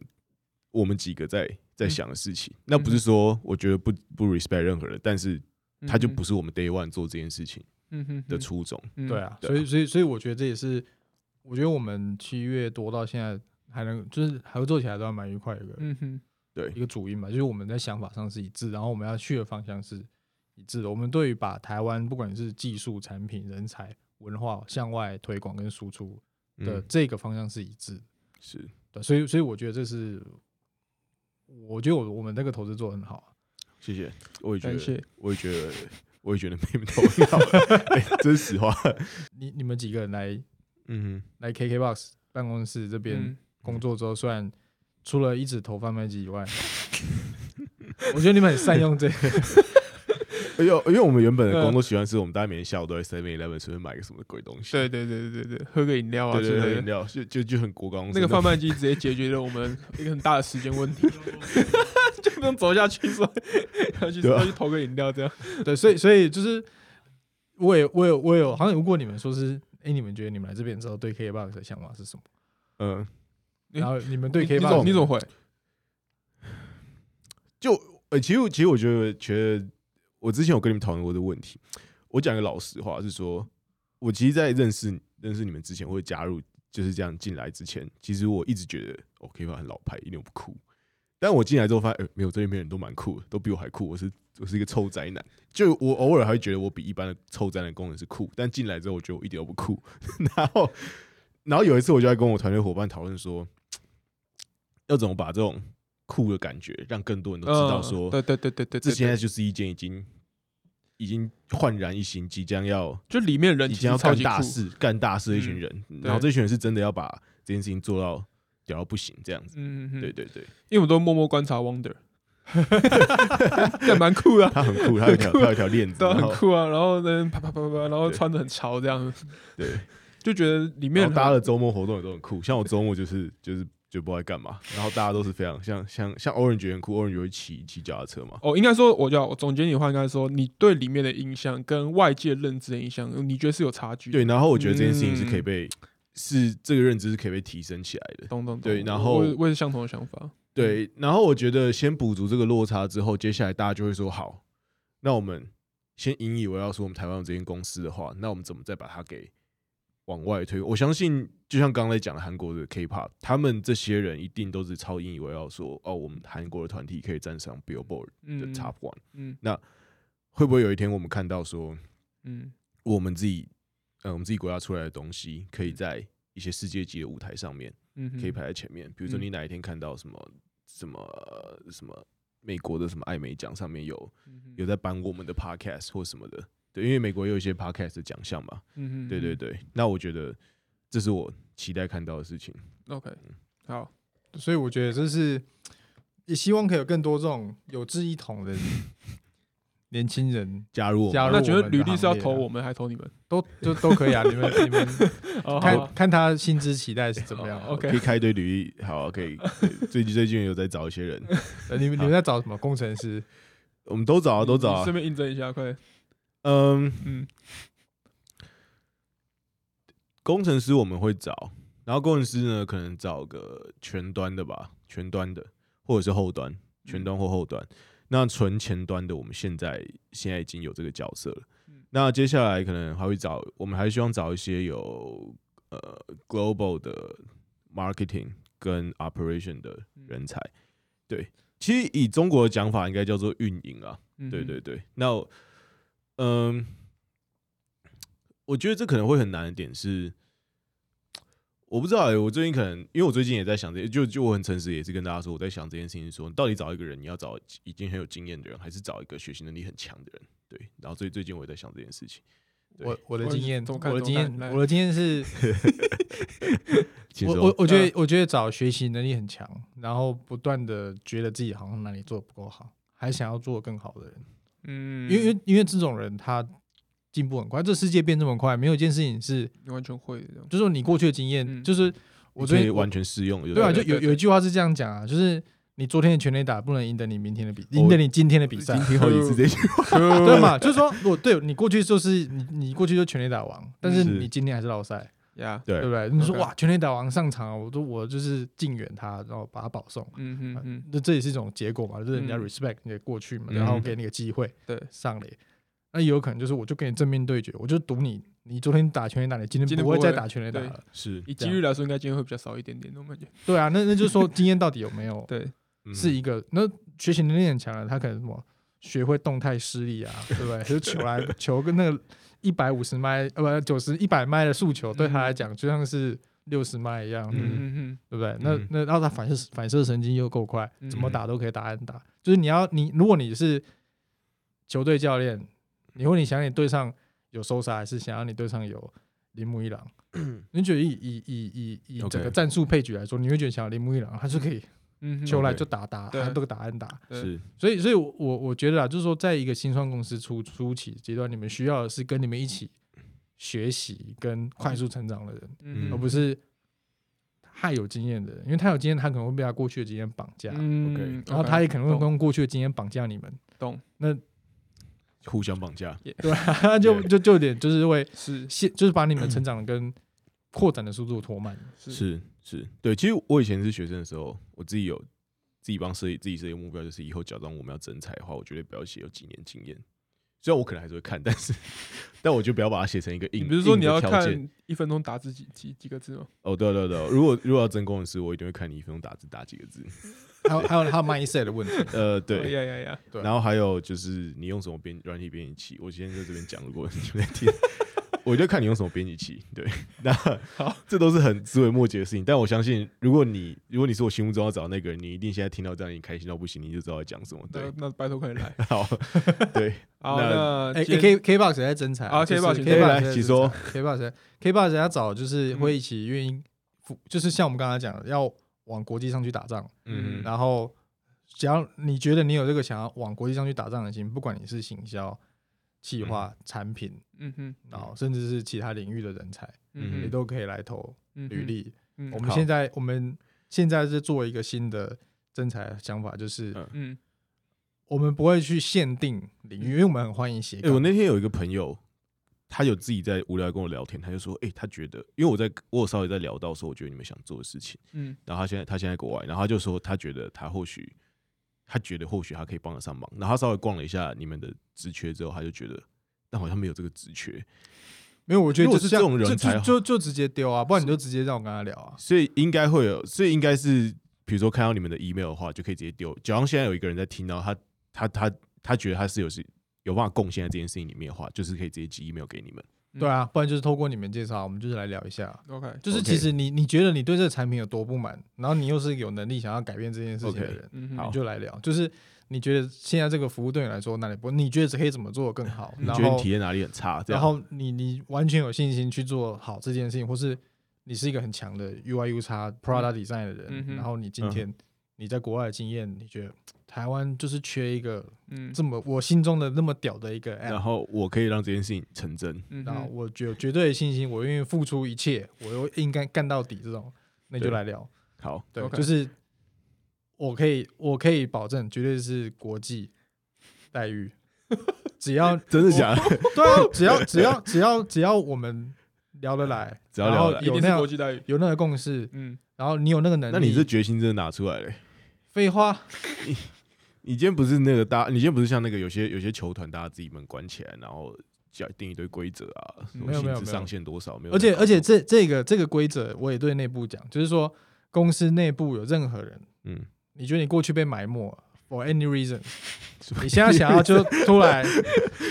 Speaker 2: 我们几个在在想的事情。那不是说我觉得不不 respect 任何人，但是他就不是我们 day one 做这件事情
Speaker 1: 嗯哼
Speaker 2: 的初衷。
Speaker 3: 对啊，
Speaker 2: 对
Speaker 3: 所以所以所以我觉得这也是，我觉得我们七月多到现在还能就是合作起来都还蛮愉快的一个、
Speaker 1: 嗯哼
Speaker 2: 对
Speaker 3: 一，个主因嘛，就是我们在想法上是一致，然后我们要去的方向是一致的。我们对于把台湾不管是技术、产品、人才、文化向外推广跟输出的
Speaker 2: 嗯，
Speaker 3: 这个方向是一致的，
Speaker 2: 是
Speaker 3: 对，所以所以我觉得这是，我觉得我我们这个投资做得很好啊。
Speaker 2: 谢谢，我也觉
Speaker 1: 感
Speaker 2: 得
Speaker 1: 谢，
Speaker 2: 我也觉得，我也觉得 妹妹头很好，哎这是实话。
Speaker 3: 你你们几个人来
Speaker 2: 嗯
Speaker 3: 来 KKBOX 办公室这边、
Speaker 1: 嗯
Speaker 3: 工作之后，虽然除了 一直投贩卖机以外，我觉得你们很善用这个，
Speaker 2: 哼，因为因为我们原本
Speaker 1: 嗯
Speaker 2: 的工作习惯是我们大家每天下午都在 Seven Eleven 随便买个什么鬼东西，
Speaker 1: 对对对对对对，喝个饮料啊
Speaker 2: 对
Speaker 1: 之
Speaker 2: 对对，
Speaker 1: 类的。
Speaker 2: 饮料就就就很国光
Speaker 1: 那个 贩卖机直接解决了我们一个很大的时间问题， 就不用走下去说 要去
Speaker 2: 对啊
Speaker 1: 要去投个饮料这样。
Speaker 3: 对，所以所以就是我也我有我有好像如果你们说是，哎，你们觉得你们来这边之后对 KBox 的想法是什么？
Speaker 2: 嗯，
Speaker 1: 诶
Speaker 3: 然后你们对
Speaker 1: 你怎
Speaker 3: KBox
Speaker 1: 么你怎么回？
Speaker 2: 就呃、其实其实我觉得觉得我之前有跟你们讨论过这个问题，我讲个老实话是说，我其实，在认识认识你们之前，或者加入就是这样进来之前，其实我一直觉得哦 OK 吧，很老牌，一点都不酷。但我进来之后发现，呃，没有这里面人都蛮酷的，都比我还酷。我是我是一个臭宅男，就我偶尔还会觉得我比一般的臭宅男工人是酷，但进来之后，我觉得我一点都不酷。 然后，然后有一次我就在跟我团队伙伴讨论说，要怎么把这种酷的感觉让更多人都知道
Speaker 1: 嗯
Speaker 2: 说，
Speaker 1: 对对对对对，
Speaker 2: 这
Speaker 1: 对
Speaker 2: 现在
Speaker 1: 对
Speaker 2: 就是一件已经已经焕然一新，即将要
Speaker 1: 就里面人
Speaker 2: 即
Speaker 1: 其
Speaker 2: 将
Speaker 1: 实超
Speaker 2: 要干
Speaker 1: 级
Speaker 2: 大
Speaker 1: 酷，嗯
Speaker 2: 事、干大事的一群人，然后这群人是真的要把这件事情做到屌到不行这样子。
Speaker 1: 嗯嗯嗯，
Speaker 2: 对对对，
Speaker 1: 因为我们都默默观察 Wonder，也蛮酷的啊、
Speaker 2: 他很酷，他 有一条他有一条链子，
Speaker 1: 对啊，
Speaker 2: 然
Speaker 1: 很
Speaker 2: 后
Speaker 1: 酷啊。然后呢，啪啪啪啪啪，然后
Speaker 2: 对
Speaker 1: 穿的很潮，这样
Speaker 2: 对，
Speaker 1: 就觉得里
Speaker 2: 然
Speaker 1: 面
Speaker 2: 后大家的周末活动也都很酷。像我周末就是就是就不知道在干嘛，然后大家都是非常像像像 Orange 很酷，Orange 会骑骑脚踏车嘛，
Speaker 1: 哦，应该说，我觉得我总结你的话，应该说你对里面的印象跟外界认知的印象，你觉得是有差距的。
Speaker 2: 对，然后我觉得这件事情是可以
Speaker 1: 嗯
Speaker 2: 被是这个认知是可以被提升起来的。
Speaker 1: 懂懂懂。
Speaker 2: 对然
Speaker 1: 我
Speaker 2: 后
Speaker 1: 我也我也是相同的想法。
Speaker 2: 对，然后我觉得先补足这个落差之后，接下来大家就会说好，那我们先引以为傲，说我们台湾有这间公司的话，那我们怎么再把它给往外推？我相信，就像刚才讲的韩国的 K-pop，他们这些人一定都是超引以为傲说哦，我们韩国的团体可以站上 Billboard 的
Speaker 1: 嗯，
Speaker 2: Top One，、
Speaker 1: 嗯
Speaker 2: 会不会有一天我们看到说
Speaker 1: 嗯
Speaker 2: 我们自己，呃，我们自己国家出来的东西，可以在一些世界级的舞台上面？
Speaker 1: 嗯哼，
Speaker 2: 可以排在前面。比如说
Speaker 1: 嗯
Speaker 2: 你哪一天看到什么什么什么美国的什么艾美奖上面有
Speaker 1: 嗯哼
Speaker 2: 有在颁我们的 podcast 或什么的，对，因为美国也有一些 podcast 的奖项嘛，
Speaker 1: 嗯哼，
Speaker 2: 对对对。那我觉得这是我期待看到的事情。
Speaker 1: 嗯，OK，好，
Speaker 3: 所以我觉得这是也希望可以有更多这种有志一 同的年轻人
Speaker 2: 加入我们
Speaker 3: 加入
Speaker 1: 那请
Speaker 3: 我
Speaker 1: 问
Speaker 3: 们的
Speaker 1: 履历是要
Speaker 3: 行列
Speaker 1: 投
Speaker 3: 啊
Speaker 1: 我们还投你们？
Speaker 3: 都就都可以啊。你们你们
Speaker 1: 哦，好
Speaker 3: 看
Speaker 1: 啊
Speaker 3: 看他心之期待是怎么样
Speaker 1: 哦
Speaker 3: 啊？
Speaker 1: ，OK
Speaker 2: 可以开一堆履历，好，可以。对最近最近有在找一 些人，
Speaker 3: 呃你们你们在找什么工程师？
Speaker 2: 我们都找啊，都找
Speaker 1: 你
Speaker 2: 啊
Speaker 1: 顺。便印证一下，快点，
Speaker 2: 嗯，
Speaker 1: 嗯
Speaker 2: 工程师我们会找，然后工程师呢，可能找个全端的吧，全端的或者是后端，全端或后端。那纯前端的，我们现在现在已经有这个角色了。
Speaker 1: 嗯
Speaker 2: 那接下来可能还会找，我们还希望找一些有呃 global 的 marketing 跟 operation 的人才。对，其实以中国的讲法，应该叫做运营啊。
Speaker 1: 嗯
Speaker 2: 对
Speaker 1: 哼
Speaker 2: 对，对，那我嗯，我觉得这可能会很难的点是，我不知道、欸，我最近可能因为我最近也在想这，就就我很诚实，也是跟大家说，我在想这件事情说你到底找一个人，你要找已经很有经验的人，还是找一个学习能力很强的人？对，然后最最近我也在想这件事情，对
Speaker 3: 我我的
Speaker 1: 我
Speaker 3: 经验，
Speaker 1: 怎么看
Speaker 3: 我的
Speaker 1: 怎么
Speaker 3: 经
Speaker 1: 看
Speaker 3: 验，
Speaker 1: 来
Speaker 3: 我的经验是
Speaker 2: 请
Speaker 3: 我
Speaker 2: 说
Speaker 3: 我我觉得我觉得找学习能力很强，然后不断的觉得自己好像哪里做得不够好，还想要做得更好的人，
Speaker 1: 嗯，
Speaker 3: 因为因为因为这种人他进步很快，这世界变这么快，没有一件事情是
Speaker 1: 你完全会的这样，
Speaker 3: 就是你过去的经验，
Speaker 1: 嗯
Speaker 3: 就是我
Speaker 2: 你
Speaker 3: 昨
Speaker 2: 可以
Speaker 3: 天
Speaker 2: 完全适用，
Speaker 3: 对啊，
Speaker 2: 不
Speaker 3: 就
Speaker 1: 对
Speaker 3: 有
Speaker 1: 对
Speaker 3: 有一句话是这样讲啊，就是你昨天的全垒打不能赢得你明天的比，
Speaker 2: 我
Speaker 3: 赢得你今天的比赛
Speaker 2: 已，经听好几次这 句话，
Speaker 3: 对嘛？就是说，我对你过去就是你你过去就全垒打王，但是
Speaker 2: 是
Speaker 3: 你今天还是落赛，
Speaker 1: 呀，
Speaker 2: 对
Speaker 3: 对不对？你说
Speaker 1: OK
Speaker 3: 哇，全垒打王上场啊，我都我就是敬远他，然后把他保送。
Speaker 1: 嗯哼嗯，
Speaker 3: 啊那这也是一种结果嘛，就是人家
Speaker 1: 嗯
Speaker 3: respect 你的过去嘛，
Speaker 2: 嗯
Speaker 3: 然后给你个机会
Speaker 1: 对，
Speaker 3: 上垒。那也有可能就是我就跟你正面对决，我就赌你，你昨天打全垒打，你今
Speaker 1: 今
Speaker 3: 天
Speaker 1: 天
Speaker 3: 不会
Speaker 1: 不会
Speaker 3: 再打全垒打
Speaker 1: 对
Speaker 3: 了。
Speaker 2: 是
Speaker 1: 以几率来说，应该今天会比较少一点点，那种感觉，
Speaker 3: 对啊，那那就是说经验到底有没有
Speaker 1: 对，
Speaker 2: 嗯
Speaker 3: 是一个？那学习能力很强的，他可能什么学会动态施力啊，对不 对？就是球来球跟那个一百五十迈呃不九十一百迈的速球，对他来讲就像是六十迈一样，
Speaker 1: 嗯
Speaker 2: 嗯
Speaker 1: 嗯嗯，
Speaker 3: 对不对？那
Speaker 2: 嗯
Speaker 3: 那然后他反射反射神经又够快，
Speaker 1: 嗯
Speaker 3: 怎么打都可以打安打。就是你要你如果你是球队教练，你或你想你队上有收杀，还是想要你队上有铃木 一郎？你觉得以以以以以
Speaker 2: OK
Speaker 3: 整个战术配局来说，你会觉得想要铃木一郎，他是可以
Speaker 1: 嗯哼，
Speaker 3: 球来
Speaker 2: OK
Speaker 3: 就打打，
Speaker 1: 对
Speaker 3: 按这个打按打。
Speaker 1: 对
Speaker 2: 是
Speaker 3: 所以，所以我，我我觉得啊，就是说，在一个新创公司初初期阶段，你们需要的是跟你们一起学习跟快速成长的人，
Speaker 1: 嗯
Speaker 3: 而不是太有经验的人，因为太有经验，他可能会被他过去的经验绑架，
Speaker 1: 嗯
Speaker 2: OK，
Speaker 1: ，OK，
Speaker 3: 然后他也可能会
Speaker 1: 懂
Speaker 3: 用过去的经验绑架你 们，
Speaker 1: 懂
Speaker 2: 互相绑架，
Speaker 3: 对吧？就就就有点就是会
Speaker 1: 是
Speaker 3: 先就是把你 们成长的跟扩展的速度拖慢。
Speaker 1: 是
Speaker 2: 是是，对。其实我以前是学生的时候，我自己有自己帮设计自己设定目标，就是以后假装我们要增财的话，我绝对不要写有几年经验。虽然我可能还是会看，但是但我就不要把它写成一个
Speaker 1: 你
Speaker 2: 硬。
Speaker 1: 不是说
Speaker 2: 硬
Speaker 1: 你
Speaker 2: 的
Speaker 1: 要
Speaker 2: 条件
Speaker 1: 看一分钟打字几几几个字吗？
Speaker 2: 哦，对啊对啊对啊，如果如果要争公的是，我一定会看你一分钟打字打几个 字。
Speaker 3: 还有还有还有 mindset 的问 题，
Speaker 2: 呃，对，
Speaker 1: 哦呀呀呀，
Speaker 3: 对
Speaker 2: 然后还有就是你用什么编软体编辑器，我今天在这边讲，如果你们在听，我就看你用什么编辑器。对，那
Speaker 1: 好
Speaker 2: 这都是很枝微末节的事情。但我相信，如果你如果你是我心目中要找的那个人，你一定现在听到这样，你开心到不行，你就知道在讲什么。对
Speaker 1: 那，那拜托快点 来，
Speaker 2: 好，对，
Speaker 1: 好，
Speaker 2: 那
Speaker 1: 那
Speaker 3: 哎、
Speaker 1: 今天
Speaker 3: k K box 在增财
Speaker 1: 好，K-Box 请
Speaker 3: 啊 K
Speaker 1: 说
Speaker 3: box
Speaker 2: 来请说
Speaker 3: K box K box 要找就是会一起愿意服，就是像我们刚才讲的，要往国际上去打仗，
Speaker 1: 嗯
Speaker 2: 嗯，
Speaker 3: 然后只要你觉得你有这个想要往国际上去打仗的心，不管你是行销、企划、产品，
Speaker 1: 嗯哼，
Speaker 3: 然后甚至是其他领域的人才，
Speaker 1: 嗯
Speaker 3: 也
Speaker 1: 哼
Speaker 3: 都可以来投
Speaker 1: 嗯哼
Speaker 3: 履历。
Speaker 1: 嗯
Speaker 3: 我们
Speaker 2: 好
Speaker 3: 现在我们现在是做一个新的征才想法，就是
Speaker 2: 嗯
Speaker 1: 嗯
Speaker 3: 我们不会去限定领域，因为我们很欢迎斜
Speaker 2: 哎、
Speaker 3: 杠
Speaker 2: 我那天有一个朋友，他有自己在无聊跟我聊天，他就说，哎、他觉得，因为我在我有稍微在聊到说，我觉得你们想做的事情。
Speaker 1: 嗯
Speaker 2: 然后他现在他现在在国外，然后他就说他觉得他或许他觉得或许他可以帮得上忙。然后他稍微逛了一下你们的职缺之后，他就觉得但好像没有这个职缺，
Speaker 3: 没有，我觉得
Speaker 2: 如果
Speaker 3: 就是
Speaker 2: 这
Speaker 3: 样
Speaker 2: 种人
Speaker 3: 就
Speaker 2: 才
Speaker 3: 就就就直接丢啊，不然你就直接让我跟他聊啊。
Speaker 2: 所以应该会有，所以应该是比如说看到你们的 email 的话，就可以直接丢。假如现在有一个人在听到他他他他觉得他是有是有办法贡献在这件事情里面的话，就是可以直接寄 email 给你们。
Speaker 1: 嗯
Speaker 3: 对啊，不然就是透过你们介绍，我们就是来聊一下。
Speaker 1: ，OK，
Speaker 3: 就是其实你你觉得你对这个产品有多不满，然后你又是有能力想要改变这件事情的
Speaker 2: OK，
Speaker 3: 人，
Speaker 1: 嗯哼，
Speaker 3: 你就来聊。就是你觉得现在这个服务对你来说哪里不，你觉得可以怎么做得更好？
Speaker 1: 你
Speaker 2: 你
Speaker 3: 然
Speaker 2: 觉得你
Speaker 3: 后
Speaker 2: 体验哪里很差？这
Speaker 3: 然
Speaker 2: 样
Speaker 3: 后你你完全有信心去做好这件事情，或是你是一个很强的 UI U 叉 product design 的人，
Speaker 1: 嗯哼
Speaker 3: 然后你今天你在国外的经验，你觉得台湾就是缺一个
Speaker 1: 嗯啊
Speaker 3: 这么我心中的那么屌的一个 app，
Speaker 2: 然后我可以让这件事情成真。
Speaker 1: 嗯
Speaker 3: 那
Speaker 1: 哼
Speaker 3: 我有绝对的信心，我愿意付出一切，我又应该干到底这种，那就
Speaker 2: 对
Speaker 3: 来聊。
Speaker 2: 好，
Speaker 3: 对
Speaker 1: OK
Speaker 3: 就是我可以，我可以保证，绝对是国际待遇。只要
Speaker 2: 真的假的？
Speaker 3: 对啊，只要只要只要只要我们聊得来，
Speaker 2: 只要
Speaker 3: 然
Speaker 2: 聊
Speaker 3: 后
Speaker 2: 得来
Speaker 1: 一
Speaker 3: 有
Speaker 1: 定
Speaker 3: 那
Speaker 1: 是
Speaker 3: 样
Speaker 1: 国际待遇，
Speaker 3: 有那个共识，
Speaker 1: 嗯，
Speaker 3: 然后你有那个能力，
Speaker 2: 那你这决心真的拿出来了、
Speaker 3: 废话，
Speaker 2: 你今天不是那个大，你今天不是像那个有些有些球团，大家自己门关起来，然后叫定一堆规则啊，什么
Speaker 3: 嗯没有没
Speaker 2: 薪
Speaker 3: 有
Speaker 2: 资
Speaker 3: 没有
Speaker 2: 上限多少，没有
Speaker 3: 而且
Speaker 2: 那个
Speaker 3: 而且这这个这个规则，我也对内部讲，就是说公司内部有任何人，
Speaker 2: 嗯，
Speaker 3: 你觉得你过去被埋没了，for any reason，你现在想要就出 来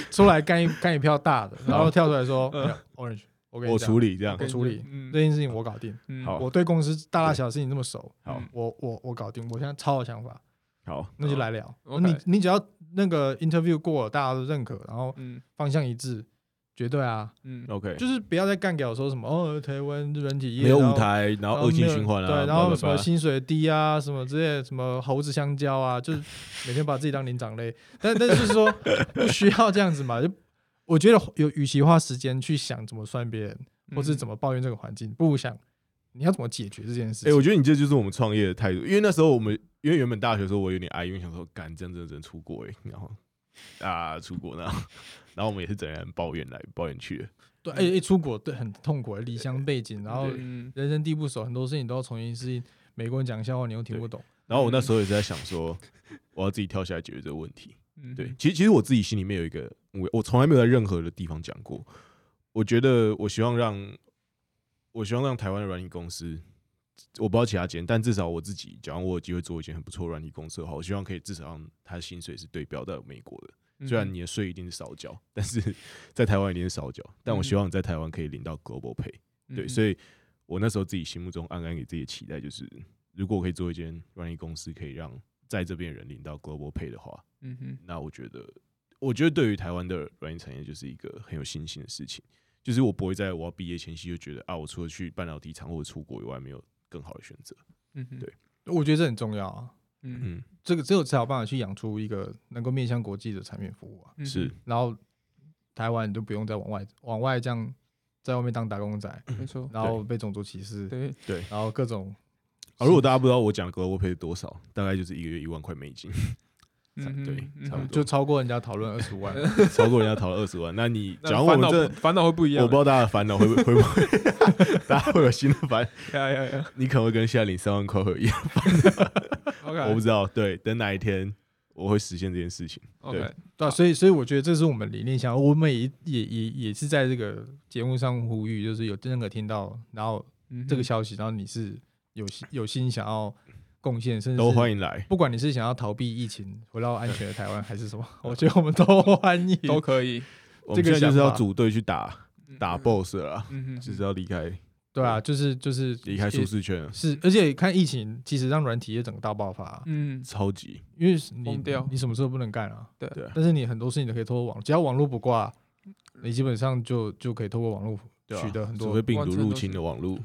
Speaker 3: 出来干一干一票大的，然后跳出来说
Speaker 1: 嗯
Speaker 3: 没有 orange，我跟你
Speaker 2: 我
Speaker 3: 讲
Speaker 2: 处理这样
Speaker 3: 我处理
Speaker 1: 嗯
Speaker 3: 这件事情我搞定，
Speaker 1: 嗯
Speaker 2: 好
Speaker 3: 我对公司大大小小事情这么熟，
Speaker 2: 好
Speaker 1: 嗯
Speaker 3: 我我我搞定，我现在超有想法，
Speaker 2: 好
Speaker 3: 那就来聊。
Speaker 1: OK
Speaker 3: 你你只要那个 interview 过了，大家都认可，然后
Speaker 1: 嗯
Speaker 3: 方向一致，绝对啊，
Speaker 1: 嗯
Speaker 2: OK，
Speaker 3: 就是不要再干掉说什么哦台湾软体业
Speaker 2: 没有
Speaker 3: 然
Speaker 2: 舞
Speaker 3: 后
Speaker 2: 台，然后恶性
Speaker 3: 没有
Speaker 2: 循环啊，
Speaker 3: 对，然
Speaker 2: 叭
Speaker 3: 后
Speaker 2: 叭
Speaker 3: 什么
Speaker 2: 叭
Speaker 3: 薪水低啊，什么之类的，什么猴子香蕉啊，就是每天把自己当灵长类。但 但就是说不需要这样子嘛，就我觉得有，与其花时间去想怎么算别人，
Speaker 2: 嗯
Speaker 3: 或
Speaker 1: 嗯
Speaker 3: 是怎么抱怨这个环境，不如想你要怎么解决这件事
Speaker 2: 哎、
Speaker 3: 情。
Speaker 2: 我觉得你这就是我们创业的态度，因为那时候我们，因为原本大学的时候我有点哀，因为想说，干，这样真的只能出国哎、然后啊出国呢，然后然后我们也是整人抱怨来抱怨去的，
Speaker 3: 对，哎、一出国对很痛苦，离乡背景，然后
Speaker 1: 对嗯
Speaker 3: 人生地不熟，很多事情都要重新适应。美国人讲笑话你又听不懂，
Speaker 2: 然后我那时候也是在想说，我要自己跳下来解决这个问题。
Speaker 1: 嗯
Speaker 2: 对，其实其实我自己心里面有一个目标，我从来没有在任何的地方讲过。我觉得我希望让，我希望让台湾的软体公司，我不知道其他间，但至少我自己，假如我有机会做一间很不错的软体公司的话，我希望可以至少让它的薪水是对标到美国的。
Speaker 1: 嗯
Speaker 2: 虽然你的税一定是少缴，但是 在台湾一定是少缴，但我希望你在台湾可以领到 global pay。对，所
Speaker 1: 以
Speaker 2: 以我那时候自己心目中暗暗给自己的期待就是，如果我可以做一间软体公司，可以让在这边的人领到 global pay 的话，
Speaker 1: 嗯哼
Speaker 2: 那我觉得，我觉得对于台湾的软件产业就是一个很有信心的事情，就是我不会在我要毕业前夕就觉得啊，我除了去半导体厂或者出国以外，没有更好的选择。
Speaker 1: 嗯哼
Speaker 2: 对
Speaker 3: 我觉得这很重要啊。
Speaker 1: 嗯
Speaker 2: 嗯，
Speaker 3: 这个只有才有办法去养出一个能够面向国际的产品服务啊。
Speaker 1: 嗯
Speaker 2: 是，
Speaker 3: 然后台湾你就不用再往外往外这样在外面当打工仔，
Speaker 1: 没错，
Speaker 3: 然后被种族歧视，
Speaker 1: 嗯对，
Speaker 3: 然后各种
Speaker 2: 啊，如果大家不知道我讲 global pay 多少，大概就是一个月一万块 美金，
Speaker 1: 嗯
Speaker 2: 对
Speaker 1: 嗯
Speaker 2: 差不
Speaker 1: 嗯
Speaker 2: 多
Speaker 3: 就超过人家讨论二十万。
Speaker 2: 超过人家讨论二十万。那你
Speaker 1: 那
Speaker 2: 讲我
Speaker 1: 烦
Speaker 2: 们
Speaker 1: 恼
Speaker 2: 这
Speaker 1: 不，烦恼会不一样
Speaker 2: 我不知
Speaker 1: 啊，
Speaker 2: 道大家的烦恼会不 会会不会，大家会有新的烦，
Speaker 1: 呀呀呀
Speaker 2: 你可能会跟现在领三万块会一样，
Speaker 1: ，OK，
Speaker 2: 我不知道。对，等哪一天我会实现这件事情。
Speaker 1: OK，
Speaker 3: 对、啊，所以所以我觉得这是我们理念想，我们也也也也是在这个节目上呼吁，就是有任何听到然后
Speaker 1: 嗯哼
Speaker 3: 这个消息，然后你是有心有心想要贡献，甚至
Speaker 2: 都欢
Speaker 3: 迎。
Speaker 2: 迎来，
Speaker 3: 不管你是想要逃避疫情，回到安全的台湾，还是什么，我觉得我们都欢迎。
Speaker 1: 都可以嗯
Speaker 2: 我
Speaker 3: 这
Speaker 2: 们
Speaker 3: 个
Speaker 2: 现在就是
Speaker 3: 想
Speaker 2: 要
Speaker 3: 法
Speaker 2: 组队去打打，BOSS 了啦，
Speaker 1: 嗯嗯嗯，
Speaker 2: 就是要离开
Speaker 3: 对啊，就是就是
Speaker 2: 离开舒适圈了，
Speaker 3: 是，而且看疫情，其实让软体业整个大爆发啊、
Speaker 1: 嗯，
Speaker 2: 超级
Speaker 3: 因为是你
Speaker 1: 疯掉
Speaker 3: 你什么事都不能干啊。
Speaker 1: 对
Speaker 2: 对
Speaker 3: 但是你很多事情都可以透过网，只要网络不挂，你基本上就就可以透过网络
Speaker 2: 对啊
Speaker 3: 取得很
Speaker 2: 除
Speaker 3: 多
Speaker 2: 非病
Speaker 1: 完
Speaker 2: 毒
Speaker 1: 全
Speaker 2: 入
Speaker 1: 都
Speaker 2: 侵
Speaker 1: 是
Speaker 2: 了网络，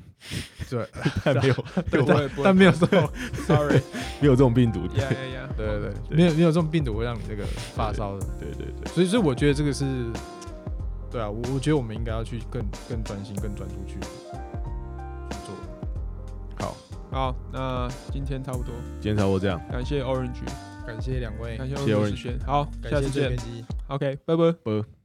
Speaker 3: 对
Speaker 2: 但没有
Speaker 1: 对，不会不会
Speaker 3: 但没有这种，
Speaker 1: ，Sorry，
Speaker 2: 没有这种病毒。
Speaker 1: 呀呀呀，
Speaker 3: 对对对，没有没有这种病毒会让你这个发烧的，
Speaker 2: 对对对，
Speaker 3: 所以所以我觉得这个是，对啊，我我觉得我们应该要去更更专心、更专注去去做。好，
Speaker 1: 好，那今天差不多，
Speaker 2: 今天差不多这样，
Speaker 1: 感谢 Orange，
Speaker 3: 感谢两位，
Speaker 1: 感谢
Speaker 2: 谢
Speaker 1: Orange 时间，好，下
Speaker 3: 感
Speaker 1: 次
Speaker 3: 谢这
Speaker 1: 见
Speaker 3: 边机。
Speaker 1: ，OK，拜拜。
Speaker 2: 拜。